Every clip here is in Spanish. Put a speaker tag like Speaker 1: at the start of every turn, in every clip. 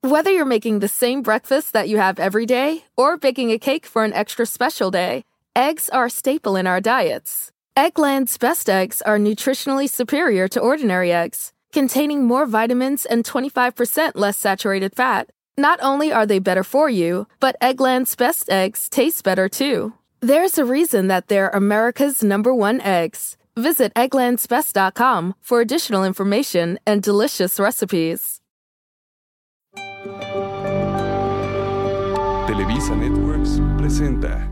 Speaker 1: Whether you're making the same breakfast that you have every day or baking a cake for an extra special day, eggs are a staple in our diets. Eggland's best eggs are nutritionally superior to ordinary eggs, containing more vitamins and 25% less saturated fat. Not only are they better for you, but Eggland's best eggs taste better too. There's a reason that they're America's number one eggs. Visit egglandsbest.com for additional information and delicious recipes.
Speaker 2: Televisa Networks presenta.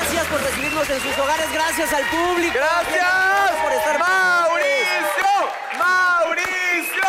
Speaker 3: Gracias por recibirnos en sus hogares, gracias al público.
Speaker 4: ¡Gracias!
Speaker 3: por estar
Speaker 4: ¡Mauricio! ¡Mauricio!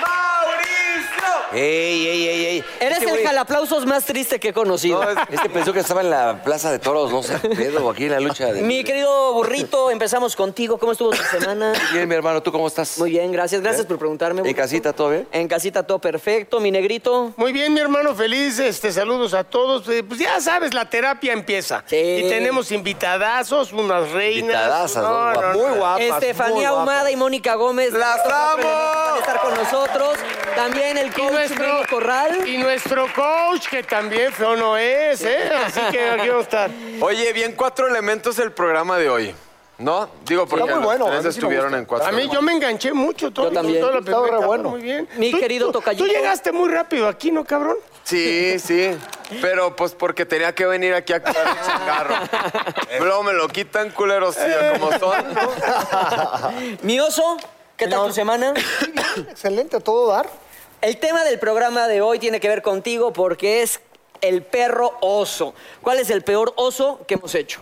Speaker 4: ¡Mauricio!
Speaker 5: ¡Ey, ey, ey, ey!
Speaker 3: Eres
Speaker 5: Este
Speaker 3: el
Speaker 5: güey-
Speaker 3: jalaplausos más triste que he conocido.
Speaker 5: No, es- Este pensó que estaba en la plaza de toros, no sé, pedo, aquí en la lucha de.
Speaker 3: Mi querido burrito, empezamos contigo. ¿Cómo estuvo tu semana?
Speaker 5: Bien, mi hermano, ¿tú cómo estás?
Speaker 3: Muy bien, gracias. Gracias
Speaker 5: ¿Eh?
Speaker 3: por preguntarme.
Speaker 5: ¿En
Speaker 3: burrito.
Speaker 5: casita todo bien?
Speaker 3: En casita todo perfecto, mi negrito.
Speaker 4: Muy bien, mi hermano, feliz. Este, saludos a todos. Eh, Pues ya sabes, la terapia empieza.
Speaker 3: Sí.
Speaker 4: Y tenemos invitadazos, unas reinas.
Speaker 5: Invitadazas, ¿no? Muy guapas,
Speaker 3: Estefanía Ahumada y Mónica Gómez.
Speaker 4: ¡Las
Speaker 3: Gracias por
Speaker 4: amo!
Speaker 3: estar con nosotros. También el
Speaker 4: Y
Speaker 3: coach
Speaker 4: nuestro,
Speaker 3: Benny Corral.
Speaker 4: y nuestro coach, que también feo no es, ¿eh? Así que aquí vamos a estar.
Speaker 6: Oye, bien cuatro elementos el programa de hoy. ¿No? Digo porque
Speaker 7: muy
Speaker 6: los
Speaker 7: bueno, a
Speaker 6: tres
Speaker 7: mí sí me
Speaker 6: estuvieron
Speaker 7: gusta.
Speaker 6: en cuatro.
Speaker 4: A mí yo me enganché mucho. Todo,
Speaker 3: Yo también.
Speaker 4: toda la
Speaker 7: Estaba
Speaker 4: primera
Speaker 7: re
Speaker 4: etapa,
Speaker 7: bueno.
Speaker 4: Muy bien.
Speaker 3: Mi
Speaker 4: Tú-
Speaker 3: querido
Speaker 4: tú-
Speaker 3: tocallito.
Speaker 4: Tú llegaste muy rápido aquí, ¿no, cabrón?
Speaker 6: Sí, sí. Pero pues porque tenía que venir aquí a aclarar el changarro. Luego me lo quitan culeros, tío, como son. ¿no?
Speaker 3: Mi oso, ¿qué tal tu semana?
Speaker 7: Excelente, a todo dar.
Speaker 3: El tema del programa de hoy tiene que ver contigo porque es el perro oso. ¿Cuál es el peor oso que hemos hecho?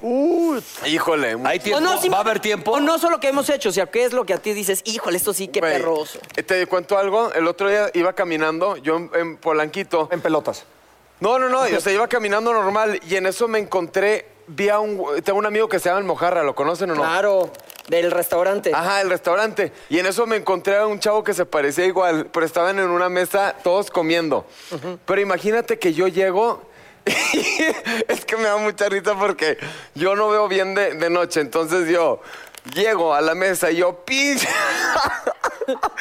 Speaker 6: Híjole.
Speaker 5: ¿Hay tiempo?
Speaker 3: O no, sí,
Speaker 5: ¿Va a haber tiempo?
Speaker 3: O no solo que hemos hecho, o sea, qué es lo que a ti dices, híjole, esto sí, qué
Speaker 6: güey.
Speaker 3: perro oso.
Speaker 6: Te cuento algo. El otro día iba caminando, yo en, en Polanquito.
Speaker 7: En pelotas.
Speaker 6: No, no, no. O sea, iba caminando normal y en eso me encontré. Vi a un. Tengo un amigo que se llama El Mojarra, ¿lo conocen o no?
Speaker 3: Claro, del restaurante.
Speaker 6: Ajá, el restaurante. Y en eso me encontré a un chavo que se parecía igual, pero estaban en una mesa todos comiendo. Pero imagínate que yo llego. es que me da mucha risa porque yo no veo bien de, de noche. Entonces yo llego a la mesa y yo, pinche.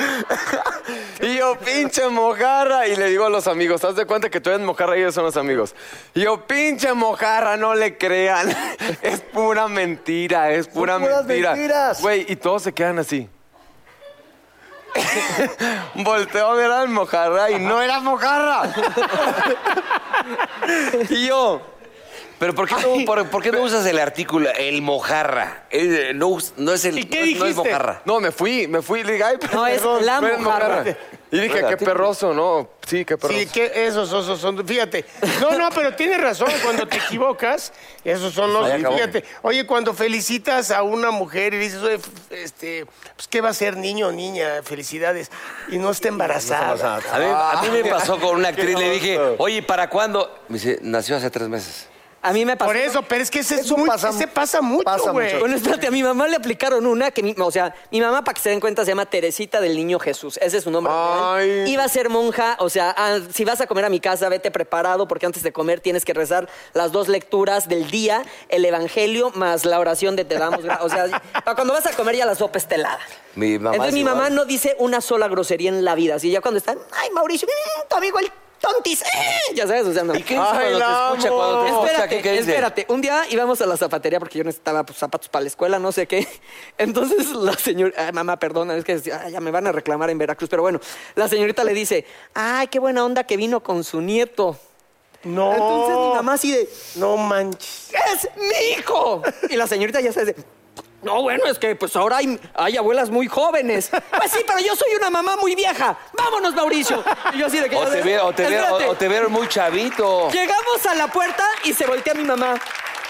Speaker 6: y yo, pinche mojarra. Y le digo a los amigos, haz de cuenta que tú eres mojarra y ellos son los amigos. Y yo, pinche mojarra, no le crean. es pura mentira, es pura
Speaker 7: puras
Speaker 6: mentira.
Speaker 7: mentiras.
Speaker 6: Güey, y todos se quedan así. Volteo a ver al mojarra y no era mojarra. y yo,
Speaker 5: ¿Pero por qué, no, por, por qué no usas el artículo, el mojarra? Eh, no, us- no es el.
Speaker 4: ¿Y qué
Speaker 5: no es- No es
Speaker 4: dijiste?
Speaker 5: mojarra.
Speaker 6: no, me fui, me fui. Le dije, ay,
Speaker 3: No, es la
Speaker 6: no eres
Speaker 3: mojarra.
Speaker 6: Y dije, qué perroso, ¿no? Sí, qué perroso.
Speaker 4: Sí, que esos osos son. Fíjate. No, no, pero tienes razón. Cuando te equivocas, esos son los.
Speaker 5: Ahí acabó.
Speaker 4: Fíjate. Oye, cuando felicitas a una mujer y dices, oye, f- este, pues, ¿qué va a ser niño o niña? Felicidades. Y no está embarazada. Ah.
Speaker 5: A mí, a mí me pasó con una actriz, le dije, oye, ¿para cuándo? Me dice, nació hace tres meses.
Speaker 3: A mí me pasó.
Speaker 4: Por eso, pero es que ese, es
Speaker 7: Eso
Speaker 4: muy-
Speaker 7: pasa-
Speaker 4: ese pasa mucho,
Speaker 7: pasa
Speaker 4: güey.
Speaker 7: mucho.
Speaker 3: Bueno, espérate, a mi mamá le aplicaron una que, mi- o sea, mi mamá, para que se den cuenta, se llama Teresita del Niño Jesús. Ese es su nombre. real.
Speaker 6: Ay.
Speaker 3: Iba a ser monja, o sea, ah, si vas a comer a mi casa, vete preparado, porque antes de comer tienes que rezar las dos lecturas del día, el evangelio más la oración de te damos. gra- O sea, para cuando vas a comer ya la sopa está helada.
Speaker 5: Mi mamá
Speaker 3: Entonces
Speaker 5: es
Speaker 3: mi
Speaker 5: igual.
Speaker 3: mamá no dice una sola grosería en la vida. Así ya cuando están, ay, Mauricio, mm, tu amigo el tontis, eh", ya sabes, o sea, no.
Speaker 5: ¿Y qué dice cuando
Speaker 6: la
Speaker 5: te escucha?
Speaker 6: amo.
Speaker 5: Cuando te escucha,
Speaker 3: Espérate,
Speaker 5: ¿qué, qué dice?
Speaker 3: espérate. Un día íbamos a la zapatería porque yo necesitaba pues, zapatos para la escuela, no sé qué. Entonces la señora, ay, mamá, perdona, es que ah, ya me van a reclamar en Veracruz, pero bueno, la señorita le dice, ay, qué buena onda que vino con su nieto.
Speaker 4: No.
Speaker 3: Entonces mi mamá así de,
Speaker 4: No manches.
Speaker 3: es mi hijo. Y la señorita ya se dice, No, bueno, es que pues ahora hay, hay abuelas muy jóvenes. Pues sí, pero yo soy una mamá muy vieja. Vámonos, Mauricio. Y yo así de que...
Speaker 5: O te, ve- o te ve- o-
Speaker 3: Espérate.
Speaker 5: o te vieron muy chavito.
Speaker 3: Llegamos a la puerta y se voltea mi mamá.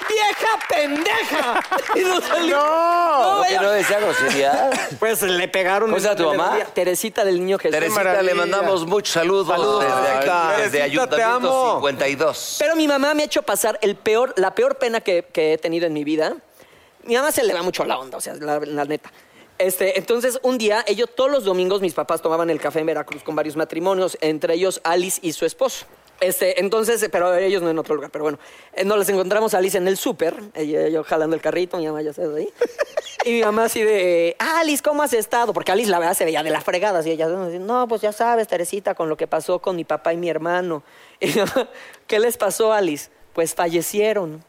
Speaker 3: ¡Vieja pendeja! Y nos salió.
Speaker 5: No,
Speaker 3: vaya.
Speaker 5: que no decía grosería.
Speaker 3: Pues le pegaron.
Speaker 5: ¿Cómo se llama tu
Speaker 3: Le
Speaker 5: mamá?
Speaker 3: dolía. Teresita del niño Jesús.
Speaker 5: Teresita, le mandamos muchos saludos, desde acá, desde
Speaker 6: Teresita, te
Speaker 5: Ayuntamiento
Speaker 6: amo.
Speaker 5: 52.
Speaker 3: Pero mi mamá me ha hecho pasar el peor, la peor pena que, que he tenido en mi vida. Mi mamá se le va mucho la onda, o sea, la, la neta. Este, entonces, un día, ellos todos los domingos, mis papás tomaban el café en Veracruz con varios matrimonios, entre ellos Alice y su esposo. Este, entonces, pero ellos no en otro lugar, pero bueno. Eh, Nos las encontramos a Alice en el súper, ella, yo jalando el carrito, mi mamá ya sabes ahí. Y mi mamá así de, "Ah, Alice, ¿cómo has estado? Porque Alice la verdad se veía de la fregada, así ella, no, pues ya sabes, Teresita, con lo que pasó con mi papá y mi hermano. Y mi mamá, ¿qué les pasó, Alice? Pues fallecieron.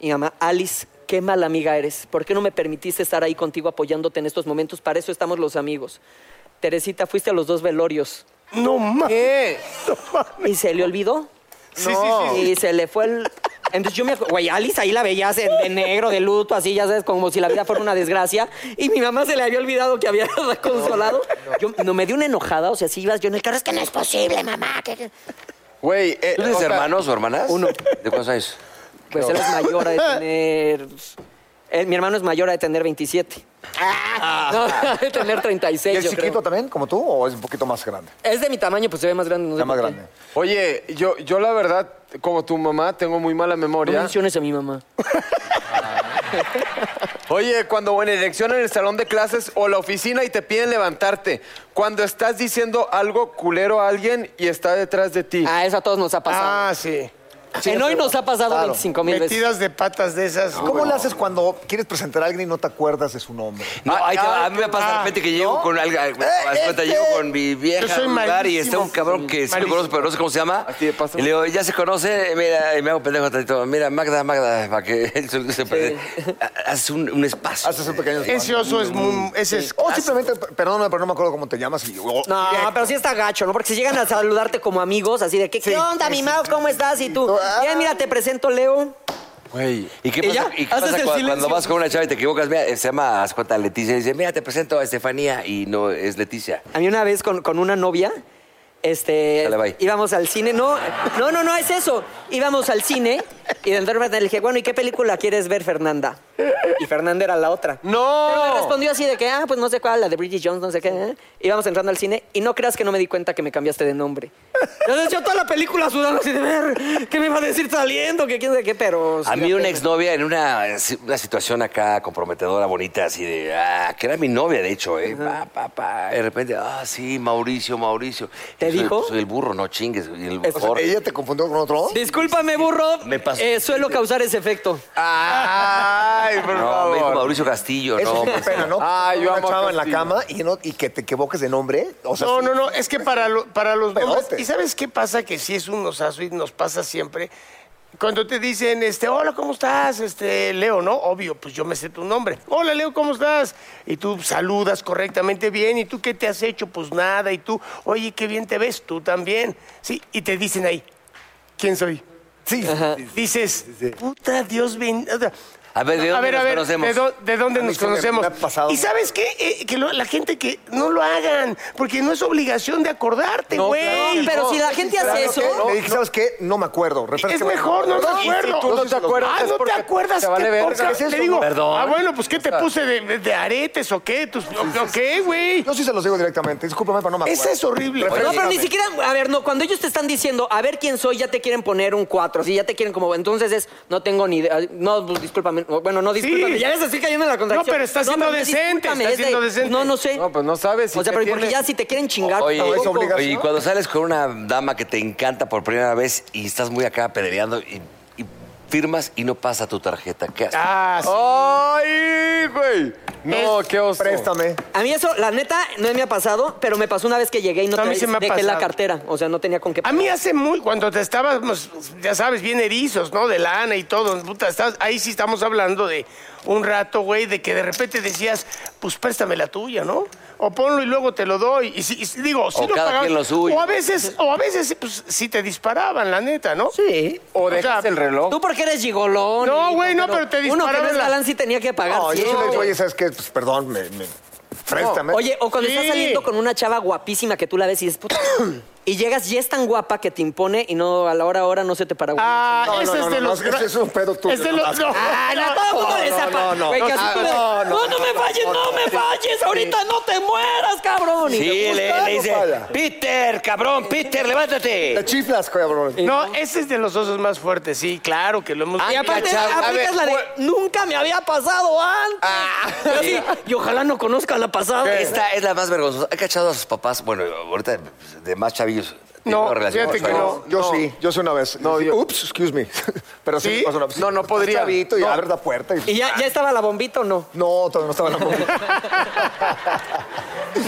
Speaker 3: Y mi mamá, Alice, qué mala amiga eres. ¿Por qué no me permitiste estar ahí contigo apoyándote en estos momentos? Para eso estamos los amigos. Teresita, fuiste a los dos velorios.
Speaker 4: No mames.
Speaker 6: ¿Qué?
Speaker 3: ¿Y se le olvidó?
Speaker 4: Sí, sí, sí, sí.
Speaker 3: Y se le fue el... Entonces yo me acuerdo, güey, Alice ahí la veía de, de negro, de luto, así, ya sabes, como si la vida fuera una desgracia. Y mi mamá se le había olvidado que había consolado. Yo no me di una enojada, o sea, si ibas yo en el carro, es que no es posible, mamá. que- que-".
Speaker 6: Güey, eh,
Speaker 5: ¿Tú tienes
Speaker 6: o sea,
Speaker 5: hermanos o hermanas?
Speaker 3: Uno.
Speaker 5: ¿De cuántos años?
Speaker 3: Pues él es mayor a de tener... eh, mi hermano es mayor a de tener 27. No, a de tener
Speaker 7: Ah. ¿Y
Speaker 3: 36,
Speaker 7: es
Speaker 3: yo creo.
Speaker 7: chiquito también, como tú, o es un poquito más grande?
Speaker 3: Es de mi tamaño, pues se ve más grande. No sé
Speaker 7: Ya más
Speaker 3: por qué.
Speaker 7: grande.
Speaker 6: Oye, yo, yo la verdad, como tu mamá, tengo muy mala
Speaker 3: No
Speaker 6: memoria.
Speaker 3: menciones a mi mamá.
Speaker 6: Oye, cuando en elección en el salón de clases o la oficina y te piden levantarte, cuando estás diciendo algo culero a alguien y está detrás de ti.
Speaker 3: Ah, eso a todos nos ha pasado.
Speaker 4: Ah, sí.
Speaker 3: en hoy nos ha pasado
Speaker 7: Claro.
Speaker 3: 25 mil veces.
Speaker 4: Metidas de patas de esas.
Speaker 7: ¿Cómo le haces cuando quieres presentar a alguien y no te acuerdas de su nombre?
Speaker 5: No, ahí te va.
Speaker 4: ah,
Speaker 5: a mí me pasa de
Speaker 4: ah,
Speaker 5: repente que llego con algo,
Speaker 6: Eh,
Speaker 5: haz cuenta,
Speaker 4: este-
Speaker 5: llego con mi vieja
Speaker 4: Yo soy
Speaker 5: a un lugar y
Speaker 4: malísimo.
Speaker 5: está un cabrón que sí lo
Speaker 4: Malísimo.
Speaker 5: conozco, pero no sé cómo se llama.
Speaker 6: ¿A ti te pasa?
Speaker 5: Y le digo, ya se conoce, mira, y me hago pendejo tantito. Mira, Magda, Magda, para que él se, se presente. Ha- Haces un, un espacio.
Speaker 7: Haces un pequeño...
Speaker 4: Ese oso es muy. Ese es.
Speaker 7: O Oh, simplemente, perdóname, pero no me acuerdo cómo te llamas. Y, o-
Speaker 3: No, pero sí está gacho, ¿no? Porque si llegan a saludarte como amigos, así de, ¿qué, ¿qué onda, mi Mau? ¿Cómo estás? Y tú, bien, mira, te presento Leo.
Speaker 6: Güey.
Speaker 5: ¿Y qué
Speaker 3: Y
Speaker 5: pasa,
Speaker 3: ya,
Speaker 5: y qué
Speaker 3: haces
Speaker 5: pasa
Speaker 3: el
Speaker 5: cua- cuando,
Speaker 3: silencio.
Speaker 5: vas con una chava y te equivocas? Mira, se llama, haz cuenta, Leticia. Y dice, mira, te presento a Estefanía. Y no, es Leticia.
Speaker 3: A mí una vez con, con una novia, este,
Speaker 5: Dale, bye.
Speaker 3: íbamos al cine. No, no, no, no es eso. Íbamos al cine y de repente le dije, bueno, ¿y qué película quieres ver, Fernanda? Y Fernanda era la otra. Pero me
Speaker 6: ¡No!
Speaker 3: respondió así de que, ah, pues no sé cuál, la de Bridget Jones, no sé qué. ¿eh? Íbamos entrando al cine y no creas que no me di cuenta que me cambiaste de nombre. Entonces yo toda la película sudando así de ver, ¿qué me iba a decir saliendo? Que quién sabe qué, pero...
Speaker 5: A mí una exnovia en una, una situación acá comprometedora, bonita, así de, ah, que era mi novia, de hecho, ¿eh? Pa, pa, pa. De repente, ah, sí, Mauricio, Mauricio.
Speaker 3: ¿Te
Speaker 5: Soy-
Speaker 3: dijo? eh,
Speaker 5: Soy el burro, no chingues, soy el
Speaker 3: Es-
Speaker 7: O sea,
Speaker 5: burro.
Speaker 7: ¿Ella te confundió con otro?
Speaker 3: Discúlpame, burro.
Speaker 5: Me pasó.
Speaker 3: Eh, suelo causar ese efecto.
Speaker 6: Ay, por
Speaker 5: No, me dijo
Speaker 6: favor.
Speaker 5: Mauricio Castillo,
Speaker 7: Eso
Speaker 5: no.
Speaker 7: es una
Speaker 5: pues,
Speaker 7: pena, ¿no?
Speaker 6: Ah, yo
Speaker 7: Una
Speaker 6: amo a
Speaker 7: chava en la
Speaker 6: Castillo.
Speaker 7: cama y, no- y que te equivoques de nombre. O sea,
Speaker 4: No,
Speaker 7: sí.
Speaker 4: no, no, es que para, lo- para los
Speaker 7: Pedote.
Speaker 4: hombres, ¿y sabes qué pasa? Que sí es un osazo y nos pasa siempre. Cuando te dicen, este, hola, ¿cómo estás? Este, Leo, ¿no? Obvio, pues yo me sé tu nombre. Hola, Leo, ¿cómo estás? Y tú saludas correctamente bien. ¿Y tú qué te has hecho? Pues nada. Y tú, oye, qué bien te ves, tú también. Sí, y te dicen ahí, ¿quién soy?
Speaker 7: Sí.
Speaker 4: Dices, puta Dios ben- o sea,
Speaker 5: A ver, ¿de
Speaker 4: a
Speaker 5: dónde
Speaker 4: ver,
Speaker 5: nos
Speaker 4: a ver,
Speaker 5: conocemos?
Speaker 4: ¿de, dó- de dónde
Speaker 7: A mí
Speaker 4: nos
Speaker 7: se me- me
Speaker 4: conocemos?
Speaker 7: ha pasado.
Speaker 4: Y sabes qué? Eh, que lo- la gente que no lo hagan, porque no es obligación de acordarte,
Speaker 3: No,
Speaker 4: güey.
Speaker 3: claro, pero si la gente hace
Speaker 7: ¿Sabes
Speaker 3: eso...
Speaker 7: qué? Le dije, ¿sabes qué? No me acuerdo.
Speaker 4: es
Speaker 7: refresca-
Speaker 4: mejor, no me
Speaker 6: Y si
Speaker 4: acuerdo.
Speaker 6: tú no
Speaker 4: Entonces,
Speaker 6: te acuerdas,
Speaker 4: Ah,
Speaker 6: es
Speaker 4: no te
Speaker 6: porque
Speaker 4: acuerdas.
Speaker 6: te vale
Speaker 4: qué
Speaker 6: verga.
Speaker 4: poca.
Speaker 6: ¿Qué es eso,
Speaker 4: Le digo,
Speaker 6: no? Perdón.
Speaker 4: ah, bueno, pues ¿qué te puse de, de- de aretes o qué? ¿Tus, o qué, güey?
Speaker 7: Yo sí se los digo directamente. Discúlpame, pero no me acuerdo.
Speaker 4: Esa es horrible.
Speaker 3: No, pero ni
Speaker 4: Refrescame.
Speaker 3: siquiera, a ver, no, cuando ellos te están diciendo, a ver quién soy, ya te quieren poner un 4, sí, ya te quieren como, entonces es, no tengo ni idea, no, pues, discúlpame, no, bueno, no, discúlpame,
Speaker 4: Sí.
Speaker 3: ya les estoy cayendo en la contracción.
Speaker 4: No, pero estás siendo decente,
Speaker 3: discúlpame,
Speaker 4: estás
Speaker 3: es de,
Speaker 4: siendo decente.
Speaker 3: No, no sé.
Speaker 6: No, pues no sabes si
Speaker 3: o sea,
Speaker 6: te Oh.
Speaker 3: pero porque
Speaker 6: tienes-
Speaker 3: ya si te quieren chingar,
Speaker 5: Oye,
Speaker 3: tampoco.
Speaker 7: es obligación.
Speaker 5: oye, y cuando sales con una dama que te encanta por primera vez y estás muy acá pedereando y, y firmas y no pasa tu tarjeta, ¿qué haces?
Speaker 4: Ah, sí.
Speaker 6: ¡Ay, güey! No, qué oso.
Speaker 7: Préstame.
Speaker 3: A mí eso, la neta, no me ha pasado, pero me pasó una vez que llegué y no
Speaker 4: A
Speaker 3: te
Speaker 4: mí sí me ha
Speaker 3: dejé la
Speaker 4: pasado.
Speaker 3: cartera, o sea, no tenía con qué
Speaker 4: A mí hace muy, cuando te estábamos, ya sabes, bien erizos, ¿no? De lana y todo. Puta, estabas- ahí sí estamos hablando de un rato, güey, de que de repente decías, pues préstame la tuya, ¿no? o ponlo y luego te lo doy. Y, si, y si- digo, si
Speaker 5: O cada quien lo suyo.
Speaker 4: O a veces, o a veces pues, sí te disparaban, la neta, ¿no?
Speaker 3: Sí.
Speaker 6: O
Speaker 4: O
Speaker 6: dejas
Speaker 4: sea,
Speaker 6: el reloj.
Speaker 3: Tú porque eres gigolón.
Speaker 4: No,
Speaker 3: hijo,
Speaker 4: güey, no, pero te
Speaker 3: Uno que no
Speaker 4: disparaban
Speaker 3: es
Speaker 4: la-
Speaker 3: galán sí tenía que pagar.
Speaker 7: No, yo sí le
Speaker 3: siempre.
Speaker 7: digo, oye, ¿sabes qué? Pues perdón, me, me- préstame.
Speaker 3: Oye, o cuando
Speaker 4: Sí.
Speaker 3: estás saliendo con una chava guapísima que tú la ves y dices, puta. y llegas y es tan guapa que te impone y no a la hora hora no se te para güey.
Speaker 4: Ah,
Speaker 7: No, no,
Speaker 4: ese
Speaker 7: no,
Speaker 4: es
Speaker 7: no,
Speaker 4: de
Speaker 7: no,
Speaker 4: los.
Speaker 7: ese
Speaker 4: gra-
Speaker 7: es un pedo tuyo,
Speaker 4: Es de
Speaker 7: no
Speaker 4: los.
Speaker 7: más.
Speaker 4: No.
Speaker 3: Ah, no, todo el mundo le zapa.
Speaker 7: no, no.
Speaker 3: Güey,
Speaker 7: No,
Speaker 3: que así
Speaker 7: no,
Speaker 3: tú de,
Speaker 7: no,
Speaker 3: no,
Speaker 7: no,
Speaker 3: no,
Speaker 7: no,
Speaker 3: me
Speaker 7: no,
Speaker 3: falles,
Speaker 7: no,
Speaker 3: no,
Speaker 7: no,
Speaker 3: me falles, ahorita no te mueras, cabrón. Y
Speaker 5: Sí,
Speaker 3: te
Speaker 5: le,
Speaker 3: gusta, Eh,
Speaker 5: le
Speaker 3: no
Speaker 5: dice,
Speaker 3: falla.
Speaker 5: Peter, cabrón, Peter,
Speaker 7: Te
Speaker 5: levántate.
Speaker 7: chiflas, cabrón.
Speaker 4: No, ese es de los osos más fuertes, sí, claro que lo hemos
Speaker 5: Ah,
Speaker 6: Ah,
Speaker 3: Y aparte, aplicas la de, nunca me había pasado antes.
Speaker 6: Ah,
Speaker 3: Yo sí, y ojalá no conozca la pasada. Está-
Speaker 5: Esta es la más vergonzosa. ¿Ha cachado a sus papás? Bueno, ahorita pues, de más chavillos. ¿Tiene
Speaker 4: No,
Speaker 5: una relación
Speaker 4: fíjate
Speaker 5: con sus
Speaker 4: que
Speaker 5: papás?
Speaker 4: no.
Speaker 7: Yo sí, yo sí una vez. No, yo- Ups, excuse me. Pero sí,
Speaker 4: ¿Sí?
Speaker 7: me pasó una vez.
Speaker 6: No, no podría.
Speaker 7: Chavito y
Speaker 6: No.
Speaker 7: abres la puerta y...
Speaker 3: ¿Y ya, ya estaba la bombita o no?
Speaker 7: No, todavía no estaba en la boca.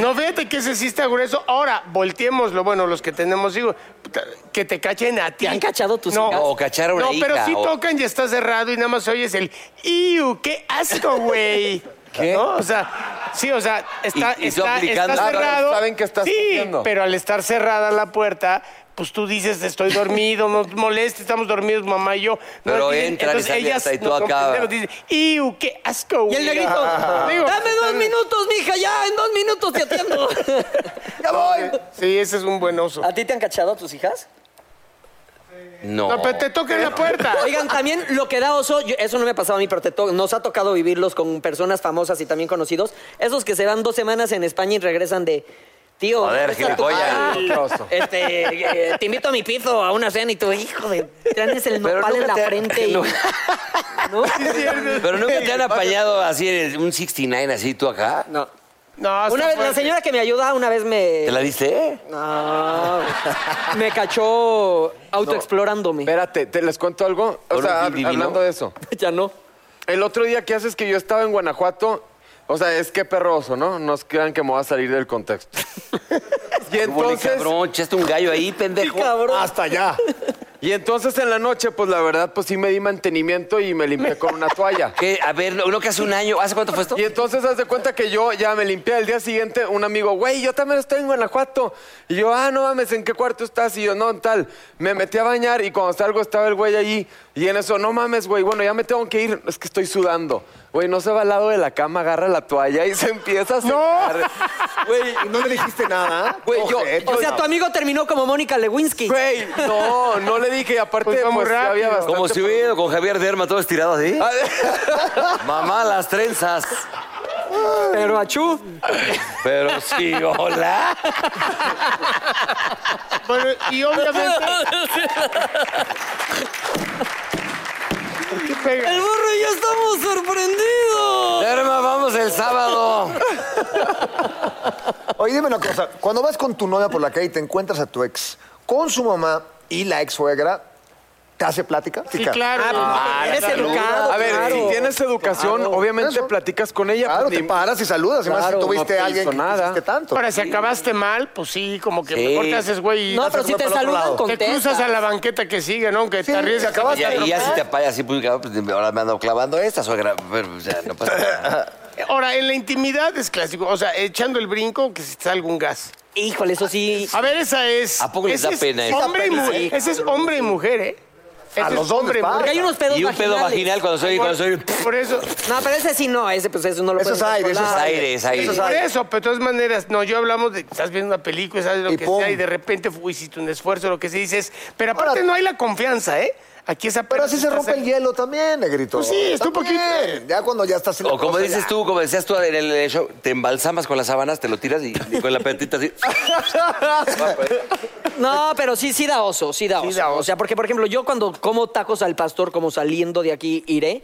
Speaker 4: No, fíjate que ese sí está grueso. Ahora, volteémoslo, bueno, los que tenemos hijos, puta, que te cachen a ti.
Speaker 3: ¿Te han cachado tus
Speaker 4: no,
Speaker 3: hijas?
Speaker 5: O cachar a una
Speaker 4: No, pero
Speaker 5: hija,
Speaker 4: sí
Speaker 5: o-
Speaker 4: tocan y está cerrado y nada más oyes el ¡Iu! ¡Qué asco, güey!
Speaker 5: ¿Qué?
Speaker 4: ¿No? O sea, sí, o sea, está,
Speaker 5: Y- y tú
Speaker 4: está,
Speaker 5: aplicando-
Speaker 4: está
Speaker 5: Ah, pero
Speaker 4: cerrado.
Speaker 6: saben que estás
Speaker 4: Sí,
Speaker 6: comiendo.
Speaker 4: pero al estar cerrada la puerta, pues tú dices, estoy dormido, no moleste, estamos dormidos, mamá y yo. No
Speaker 5: Pero
Speaker 4: dicen-
Speaker 5: entran y
Speaker 4: entonces
Speaker 5: salen
Speaker 4: ellas
Speaker 5: hasta y tú
Speaker 4: nos
Speaker 5: acá.
Speaker 4: comprendemos, dicen, ¡Iu! ¡Qué asco,
Speaker 3: Y
Speaker 4: güey!
Speaker 3: el negrito, dame
Speaker 4: Digo,
Speaker 3: dos
Speaker 4: están-
Speaker 3: minutos, mija, ya, en dos minutos te atiendo.
Speaker 4: ¡Ya voy! Sí, ese es un buen oso.
Speaker 3: ¿A ti te han cachado tus hijas?
Speaker 5: No.
Speaker 4: No, pero te tocan la puerta.
Speaker 3: Oigan, también lo que da oso, yo- eso no me ha pasado a mí, pero te to- nos ha tocado vivirlos con personas famosas y también conocidos. Esos que se van dos semanas en España y regresan de. Tío,
Speaker 5: A ver,
Speaker 3: ¿dónde está tu
Speaker 5: gilipollas. Ah,
Speaker 3: nopal?
Speaker 5: Qué oso.
Speaker 3: este, eh, te invito a mi piso a una cena y tu hijo de. Tienes el
Speaker 5: Pero
Speaker 3: nopal en la
Speaker 5: nunca te-
Speaker 3: frente. y-
Speaker 5: no.
Speaker 3: ¿No?
Speaker 5: Pero nunca te han apañado así en un 69 así tú acá.
Speaker 3: No.
Speaker 4: No,
Speaker 3: Una
Speaker 4: está
Speaker 3: vez, la
Speaker 4: fuerte.
Speaker 3: señora que me ayuda una vez me.
Speaker 5: ¿Te la diste?
Speaker 3: No. Me cachó autoexplorándome.
Speaker 6: Espérate, ¿te les cuento algo? O
Speaker 5: ¿Con un
Speaker 6: sea, hab-
Speaker 5: divino?
Speaker 6: hablando de eso.
Speaker 3: Ya no.
Speaker 6: El otro día que haces que yo estaba en Guanajuato, o sea, es que perroso, ¿no? No crean que me voy a salir del contexto. y
Speaker 5: Entonces,
Speaker 6: entonces,
Speaker 5: cabrón, echaste un gallo ahí, pendejo.
Speaker 6: hasta allá. Y entonces en la noche, pues la verdad, pues sí me di mantenimiento y me limpié con una toalla.
Speaker 5: ¿Qué? A ver, no, no que hace un año. ¿Hace cuánto fue esto?
Speaker 6: Y entonces haz de cuenta que yo ya me limpié. Al día siguiente, un amigo, güey, yo también estoy en Guanajuato. Y yo, ah, no mames, ¿en qué cuarto estás? Y yo, no, en tal. Me metí a bañar y cuando salgo estaba el güey allí. Y en eso, no mames, güey, bueno, ya me tengo que ir. Es que estoy sudando. Güey, no se va al lado de la cama, agarra la toalla y se empieza a secar. Güey,
Speaker 7: No le dijiste nada.
Speaker 6: Güey, yo-
Speaker 7: Ojete.
Speaker 3: O sea, tu amigo terminó como Mónica Lewinsky.
Speaker 6: güey, no, no le dije. Y aparte,
Speaker 4: Pues
Speaker 6: pues,
Speaker 4: fue muy
Speaker 6: ya había
Speaker 4: rápido.
Speaker 6: bastante...
Speaker 5: Como si hubiera ido con Javier Derma todo estirado así. Mamá, las trenzas.
Speaker 3: Ah. Pero achú.
Speaker 5: Pero sí, hola.
Speaker 4: Bueno, y obviamente. ¿Qué pega?
Speaker 3: El burro y yo estamos sorprendidos.
Speaker 5: Derma, vamos el sábado.
Speaker 7: Oye, dime una cosa. Cuando vas con tu novia por la calle y te encuentras a tu ex con su mamá y la ex suegra, ¿te hace plática?
Speaker 4: Sí, claro. Ah,
Speaker 3: eres educado.
Speaker 6: A ver,
Speaker 3: claro.
Speaker 6: si tienes educación, obviamente
Speaker 7: Eso.
Speaker 6: platicas con ella.
Speaker 7: Claro,
Speaker 6: pues,
Speaker 7: te
Speaker 6: ni-
Speaker 7: paras y saludas. y más si
Speaker 6: Claro, no
Speaker 7: tuviste
Speaker 6: te
Speaker 7: a alguien
Speaker 6: hizo
Speaker 7: que
Speaker 6: nada.
Speaker 7: quisiste tanto.
Speaker 4: Ahora, si acabaste mal, pues sí, como que
Speaker 5: Sí.
Speaker 4: mejor te haces, güey. y
Speaker 3: No, pero si te saludan,
Speaker 4: te
Speaker 3: contesta.
Speaker 4: cruzas a la banqueta que sigue, ¿no? Aunque
Speaker 7: Sí,
Speaker 4: te arriesgues.
Speaker 7: te acabas-
Speaker 5: Y, ya- y ya si te apaya así, pues, cabrón, pues, ahora me ando clavando esta suegra. Pero, o sea, no pasa nada.
Speaker 4: Ahora, en la intimidad es clásico. O sea, echando el brinco, que se te salga un gas.
Speaker 3: Híjole, eso sí.
Speaker 4: A ver, esa es.
Speaker 5: ¿A poco les
Speaker 4: ese
Speaker 5: da
Speaker 4: es
Speaker 5: pena eso?
Speaker 4: hombre y
Speaker 7: Sí,
Speaker 4: mujer. Ese es hombre y mujer, ¿eh? Ese
Speaker 7: los
Speaker 4: es
Speaker 7: dos
Speaker 4: hombre
Speaker 7: les
Speaker 4: y mujer.
Speaker 3: Porque hay unos pedos
Speaker 5: Y un pedo vaginal
Speaker 3: vaginales.
Speaker 5: cuando soy. Cuando soy
Speaker 4: Por eso.
Speaker 3: No, pero ese sí no, ese pues eso no lo
Speaker 7: Eso es
Speaker 3: pueden
Speaker 7: aire, eso es
Speaker 3: controlar.
Speaker 5: aire, es aire.
Speaker 7: Eso es
Speaker 4: Por
Speaker 7: aire.
Speaker 4: eso, pero de todas maneras, no, yo hablamos de estás viendo una película, sabes lo
Speaker 7: Y
Speaker 4: que
Speaker 7: pum.
Speaker 4: sea, y de repente fu- hiciste un esfuerzo, lo que se dices, pero aparte
Speaker 7: Ahora-
Speaker 4: no hay la confianza, ¿eh? Aquí esa
Speaker 7: Pero
Speaker 4: pena
Speaker 7: así se
Speaker 4: está
Speaker 7: rompe el
Speaker 4: cerca.
Speaker 7: hielo también, negrito.
Speaker 4: Pues sí, es un
Speaker 7: También.
Speaker 4: poquito.
Speaker 7: Ya cuando ya estás en la
Speaker 5: O como
Speaker 7: cosa,
Speaker 5: dices
Speaker 7: ya.
Speaker 5: tú, como decías tú en el en el show, te embalsamas con las sábanas, te lo tiras y, y con la petita así.
Speaker 3: No, pero sí, sí da oso, sí da oso.
Speaker 4: da oso.
Speaker 3: O sea, porque, por ejemplo, yo cuando como tacos al pastor, como saliendo de aquí, iré.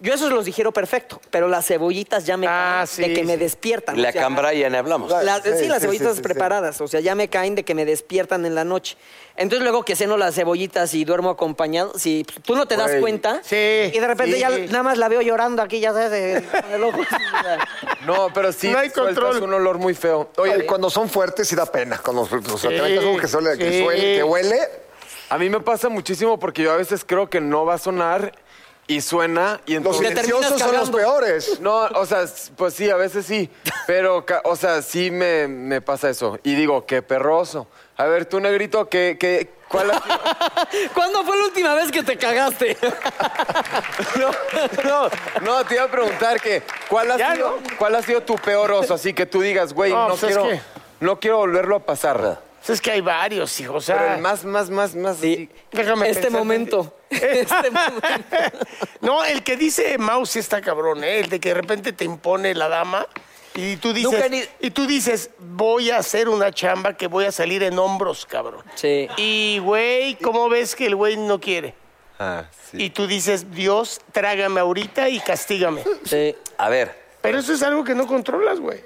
Speaker 3: Yo esos los digiero perfecto, pero las cebollitas ya me
Speaker 4: Ah,
Speaker 3: caen
Speaker 4: sí,
Speaker 3: de que
Speaker 4: sí.
Speaker 3: me despiertan.
Speaker 5: La
Speaker 3: o sea,
Speaker 5: cambra ya ni hablamos.
Speaker 3: la- sí,
Speaker 7: Sí,
Speaker 3: las
Speaker 7: sí,
Speaker 3: cebollitas
Speaker 7: sí, sí,
Speaker 3: preparadas, o sea, ya me caen de que me despiertan en la noche. Entonces luego que ceno las cebollitas y duermo acompañado, si tú no te das
Speaker 6: Güey,
Speaker 3: cuenta,
Speaker 4: sí,
Speaker 3: y de repente
Speaker 4: sí.
Speaker 3: ya nada más la veo llorando aquí, ya sabes, eh, con el ojo.
Speaker 6: No, pero sí
Speaker 4: No hay
Speaker 6: sueltas
Speaker 4: control.
Speaker 6: un olor muy feo.
Speaker 7: Oye, y cuando son fuertes sí da pena. Cuando o sea, te metes algo que, suele- que
Speaker 4: sí.
Speaker 7: suele- que huele,
Speaker 6: A mí me pasa muchísimo porque yo a veces creo que no va a sonar y suena y
Speaker 7: Los
Speaker 6: entonces...
Speaker 3: te terminas
Speaker 7: silenciosos son los
Speaker 3: cagando.
Speaker 7: peores.
Speaker 6: No, o sea, s- pues sí, a veces sí, pero, ca- o sea, sí me, me pasa eso. Y digo, qué perroso. A ver, tú, negrito, ¿qué, qué, cuál ha sido?
Speaker 3: ¿Cuándo fue la última vez que te cagaste?
Speaker 6: No, no, te iba a preguntar que, ¿cuál ha,
Speaker 4: Ya,
Speaker 6: sido, ¿cuál ha sido tu peor oso? Así que tú digas, güey,
Speaker 4: No,
Speaker 6: no,
Speaker 4: pues es
Speaker 6: quiero,
Speaker 4: que-
Speaker 6: no quiero volverlo a pasar.
Speaker 4: Pues Es que hay varios, hijo. O sea,
Speaker 6: Pero el más, más, más, más...
Speaker 3: Sí.
Speaker 4: déjame
Speaker 3: este
Speaker 4: pensar.
Speaker 3: momento. Este momento.
Speaker 4: No, el que dice Mouse sí está cabrón, ¿eh? El de que de repente te impone la dama y tú
Speaker 3: Nunca
Speaker 4: dices,
Speaker 3: ni-
Speaker 4: y tú dices voy a hacer una chamba que voy a salir en hombros, cabrón.
Speaker 3: Sí.
Speaker 4: Y, güey, ¿cómo ves que el güey no quiere?
Speaker 6: Ah, sí.
Speaker 4: Y tú dices, Dios, trágame ahorita y castígame.
Speaker 3: Sí.
Speaker 5: A ver,
Speaker 4: Pero eso es algo que no controlas, güey.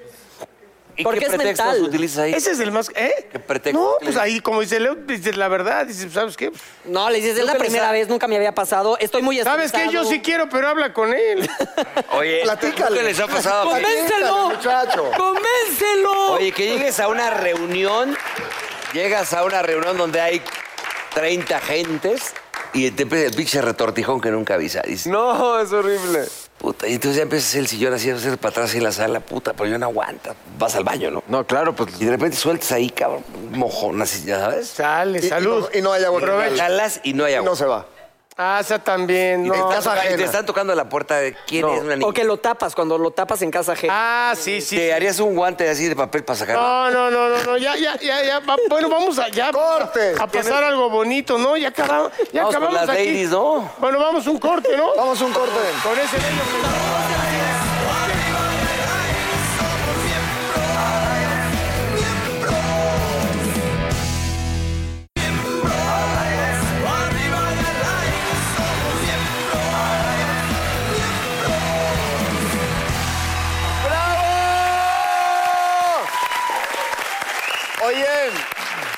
Speaker 5: ¿y
Speaker 3: Porque
Speaker 5: qué
Speaker 3: es
Speaker 5: pretextos
Speaker 3: mental.
Speaker 5: utilizas ahí?
Speaker 4: Ese es el más... ¿Eh?
Speaker 5: ¿Qué pretexto?
Speaker 4: No, pues ahí, como dice Leo, dices la verdad. Dices, ¿sabes qué?
Speaker 3: No, le dices, es
Speaker 4: Nunca
Speaker 3: la
Speaker 4: les
Speaker 3: primera
Speaker 4: ha-
Speaker 3: vez, nunca me había pasado. Estoy muy
Speaker 4: ¿Sabes qué? Yo
Speaker 3: estresado.
Speaker 4: sí quiero, pero habla con él.
Speaker 5: Oye,
Speaker 7: Platícale. Pues
Speaker 5: ¿qué les ha pasado?
Speaker 7: Platícale,
Speaker 3: ¡Convéncelo!
Speaker 7: muchacho.
Speaker 3: ¡Convéncelo!
Speaker 5: Oye, que llegues a una reunión, llegas a una reunión donde hay 30 gentes y te empieza el pinche retortijón que nunca avisa. Dices,
Speaker 6: No, es horrible.
Speaker 5: Puta, y entonces ya empiezas el sillón así, a hacer para atrás y la sala, puta, pero yo no aguanta. Vas al baño, ¿no?
Speaker 6: No, claro, pues...
Speaker 5: Y de repente sueltas ahí, cabrón, un mojón así, ya sabes.
Speaker 4: Sale,
Speaker 7: Y- y
Speaker 4: salud.
Speaker 7: no- Y no hay agua.
Speaker 4: Aprovecha.
Speaker 5: Jalas y no hay agua.
Speaker 7: No se va.
Speaker 4: Ah, esa también,
Speaker 5: Y te, están
Speaker 4: no.
Speaker 7: casa
Speaker 5: tocando- y te
Speaker 7: ajena.
Speaker 5: están tocando la puerta de quién es una niña.
Speaker 3: O que lo tapas, cuando lo tapas en casa ajena.
Speaker 4: Ah, sí, sí.
Speaker 5: Te harías un guante así de papel para sacar.
Speaker 4: No, no, no, no, no, ya, ya, ya, ya. va- Bueno, vamos a, ya,
Speaker 7: ¡Corte!
Speaker 4: a pasar algo bonito, ¿no? Ya, acaba- ya
Speaker 5: Vamos con
Speaker 4: acabamos
Speaker 5: las
Speaker 4: aquí.
Speaker 5: ladies, ¿no?
Speaker 4: Bueno, vamos un corte, ¿no?
Speaker 7: Vamos a un corte.
Speaker 4: Con ese bello mensaje.
Speaker 6: Oye,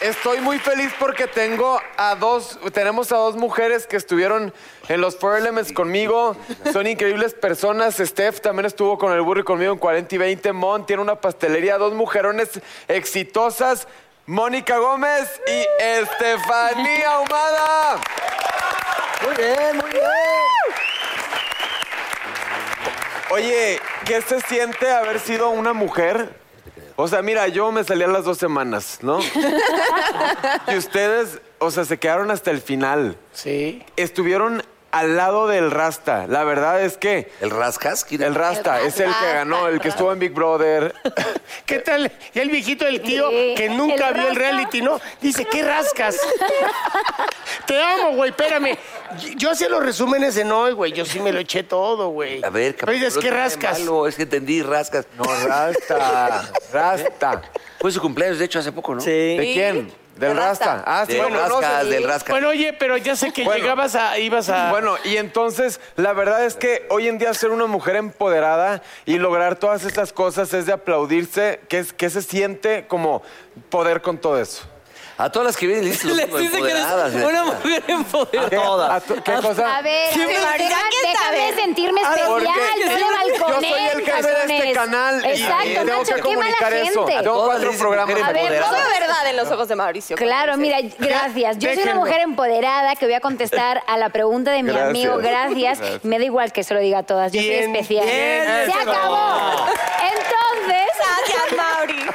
Speaker 6: estoy muy feliz porque tengo a dos, tenemos a dos mujeres que estuvieron en los Four Elements conmigo. Son increíbles personas. Steph también estuvo con el Burry conmigo en 40 y 20. Mon tiene una pastelería, dos mujerones exitosas. Mónica Gómez y Estefanía Humada.
Speaker 3: muy bien, muy bien.
Speaker 6: Oye, ¿qué se siente haber sido una mujer? O sea, mira, yo me salí a las dos semanas, ¿no? y ustedes, o sea, se quedaron hasta el final.
Speaker 4: Sí.
Speaker 6: Estuvieron al lado del Rasta. La verdad es que
Speaker 5: ¿El rascas? ¿Quién-
Speaker 6: el Rasta es el que ganó, el que estuvo en Big Brother.
Speaker 4: ¿Qué tal? Y el viejito del tío
Speaker 8: Sí,
Speaker 4: que nunca
Speaker 8: el
Speaker 4: vio el
Speaker 8: rasca.
Speaker 4: reality, ¿no? Dice, ¿qué rascas? Te amo, güey, espérame. Yo hacía los resúmenes en hoy, güey. Yo sí me lo eché todo, güey.
Speaker 5: A ver,
Speaker 4: Pero dices,
Speaker 5: no
Speaker 4: ¿qué
Speaker 5: tiene
Speaker 4: rascas?
Speaker 5: malo, es que entendí, rascas.
Speaker 6: No, Rasta. Rasta.
Speaker 5: Fue su cumpleaños, de hecho, hace poco, ¿no?
Speaker 3: Sí.
Speaker 6: ¿De quién? Del Rasta. Ah, sí,
Speaker 5: Del
Speaker 6: bueno, no,
Speaker 5: rascas,
Speaker 6: sí.
Speaker 5: del rascas.
Speaker 4: Bueno, oye, pero ya sé que
Speaker 6: Bueno.
Speaker 4: llegabas a, ibas a...
Speaker 6: Bueno, y entonces, la verdad es que hoy en día ser una mujer empoderada y lograr todas estas cosas es de aplaudirse. ¿Qué, es- qué se siente como poder con todo eso?
Speaker 5: A todas las que vienen, les
Speaker 3: Les dice que eres una mujer empoderada.
Speaker 6: ¿Qué, a tu- ¿Qué cosa?
Speaker 8: A ver,
Speaker 3: Sí,
Speaker 8: a ver,
Speaker 3: María,
Speaker 8: deja-
Speaker 3: ¿qué
Speaker 8: déjame
Speaker 3: sabe?
Speaker 8: sentirme
Speaker 3: Ahora,
Speaker 8: especial,
Speaker 6: porque
Speaker 8: no le
Speaker 6: yo
Speaker 8: balcones.
Speaker 6: soy el jefe de este canal y
Speaker 8: Exacto,
Speaker 6: tengo
Speaker 8: Nacho,
Speaker 6: que
Speaker 8: qué mala
Speaker 6: comunicar eso.
Speaker 8: gente.
Speaker 6: Tengo
Speaker 5: Todas
Speaker 6: cuatro
Speaker 5: dicen
Speaker 6: programas.
Speaker 5: mujeres
Speaker 8: A ver,
Speaker 5: empoderadas.
Speaker 8: no
Speaker 9: Todo verdad en los ojos de Mauricio. como
Speaker 8: Claro,
Speaker 9: dice.
Speaker 8: mira, gracias. Yo soy una
Speaker 4: Déjenlo.
Speaker 8: mujer empoderada que voy a contestar a la pregunta de mi
Speaker 6: Gracias.
Speaker 8: amigo, gracias. Me da igual que se lo diga a todas, yo
Speaker 4: Bien,
Speaker 8: soy especial.
Speaker 4: bien,
Speaker 8: ¡Se
Speaker 4: eso.
Speaker 8: acabó!
Speaker 1: Então,
Speaker 8: Entonces,
Speaker 9: Gracias, Mauri.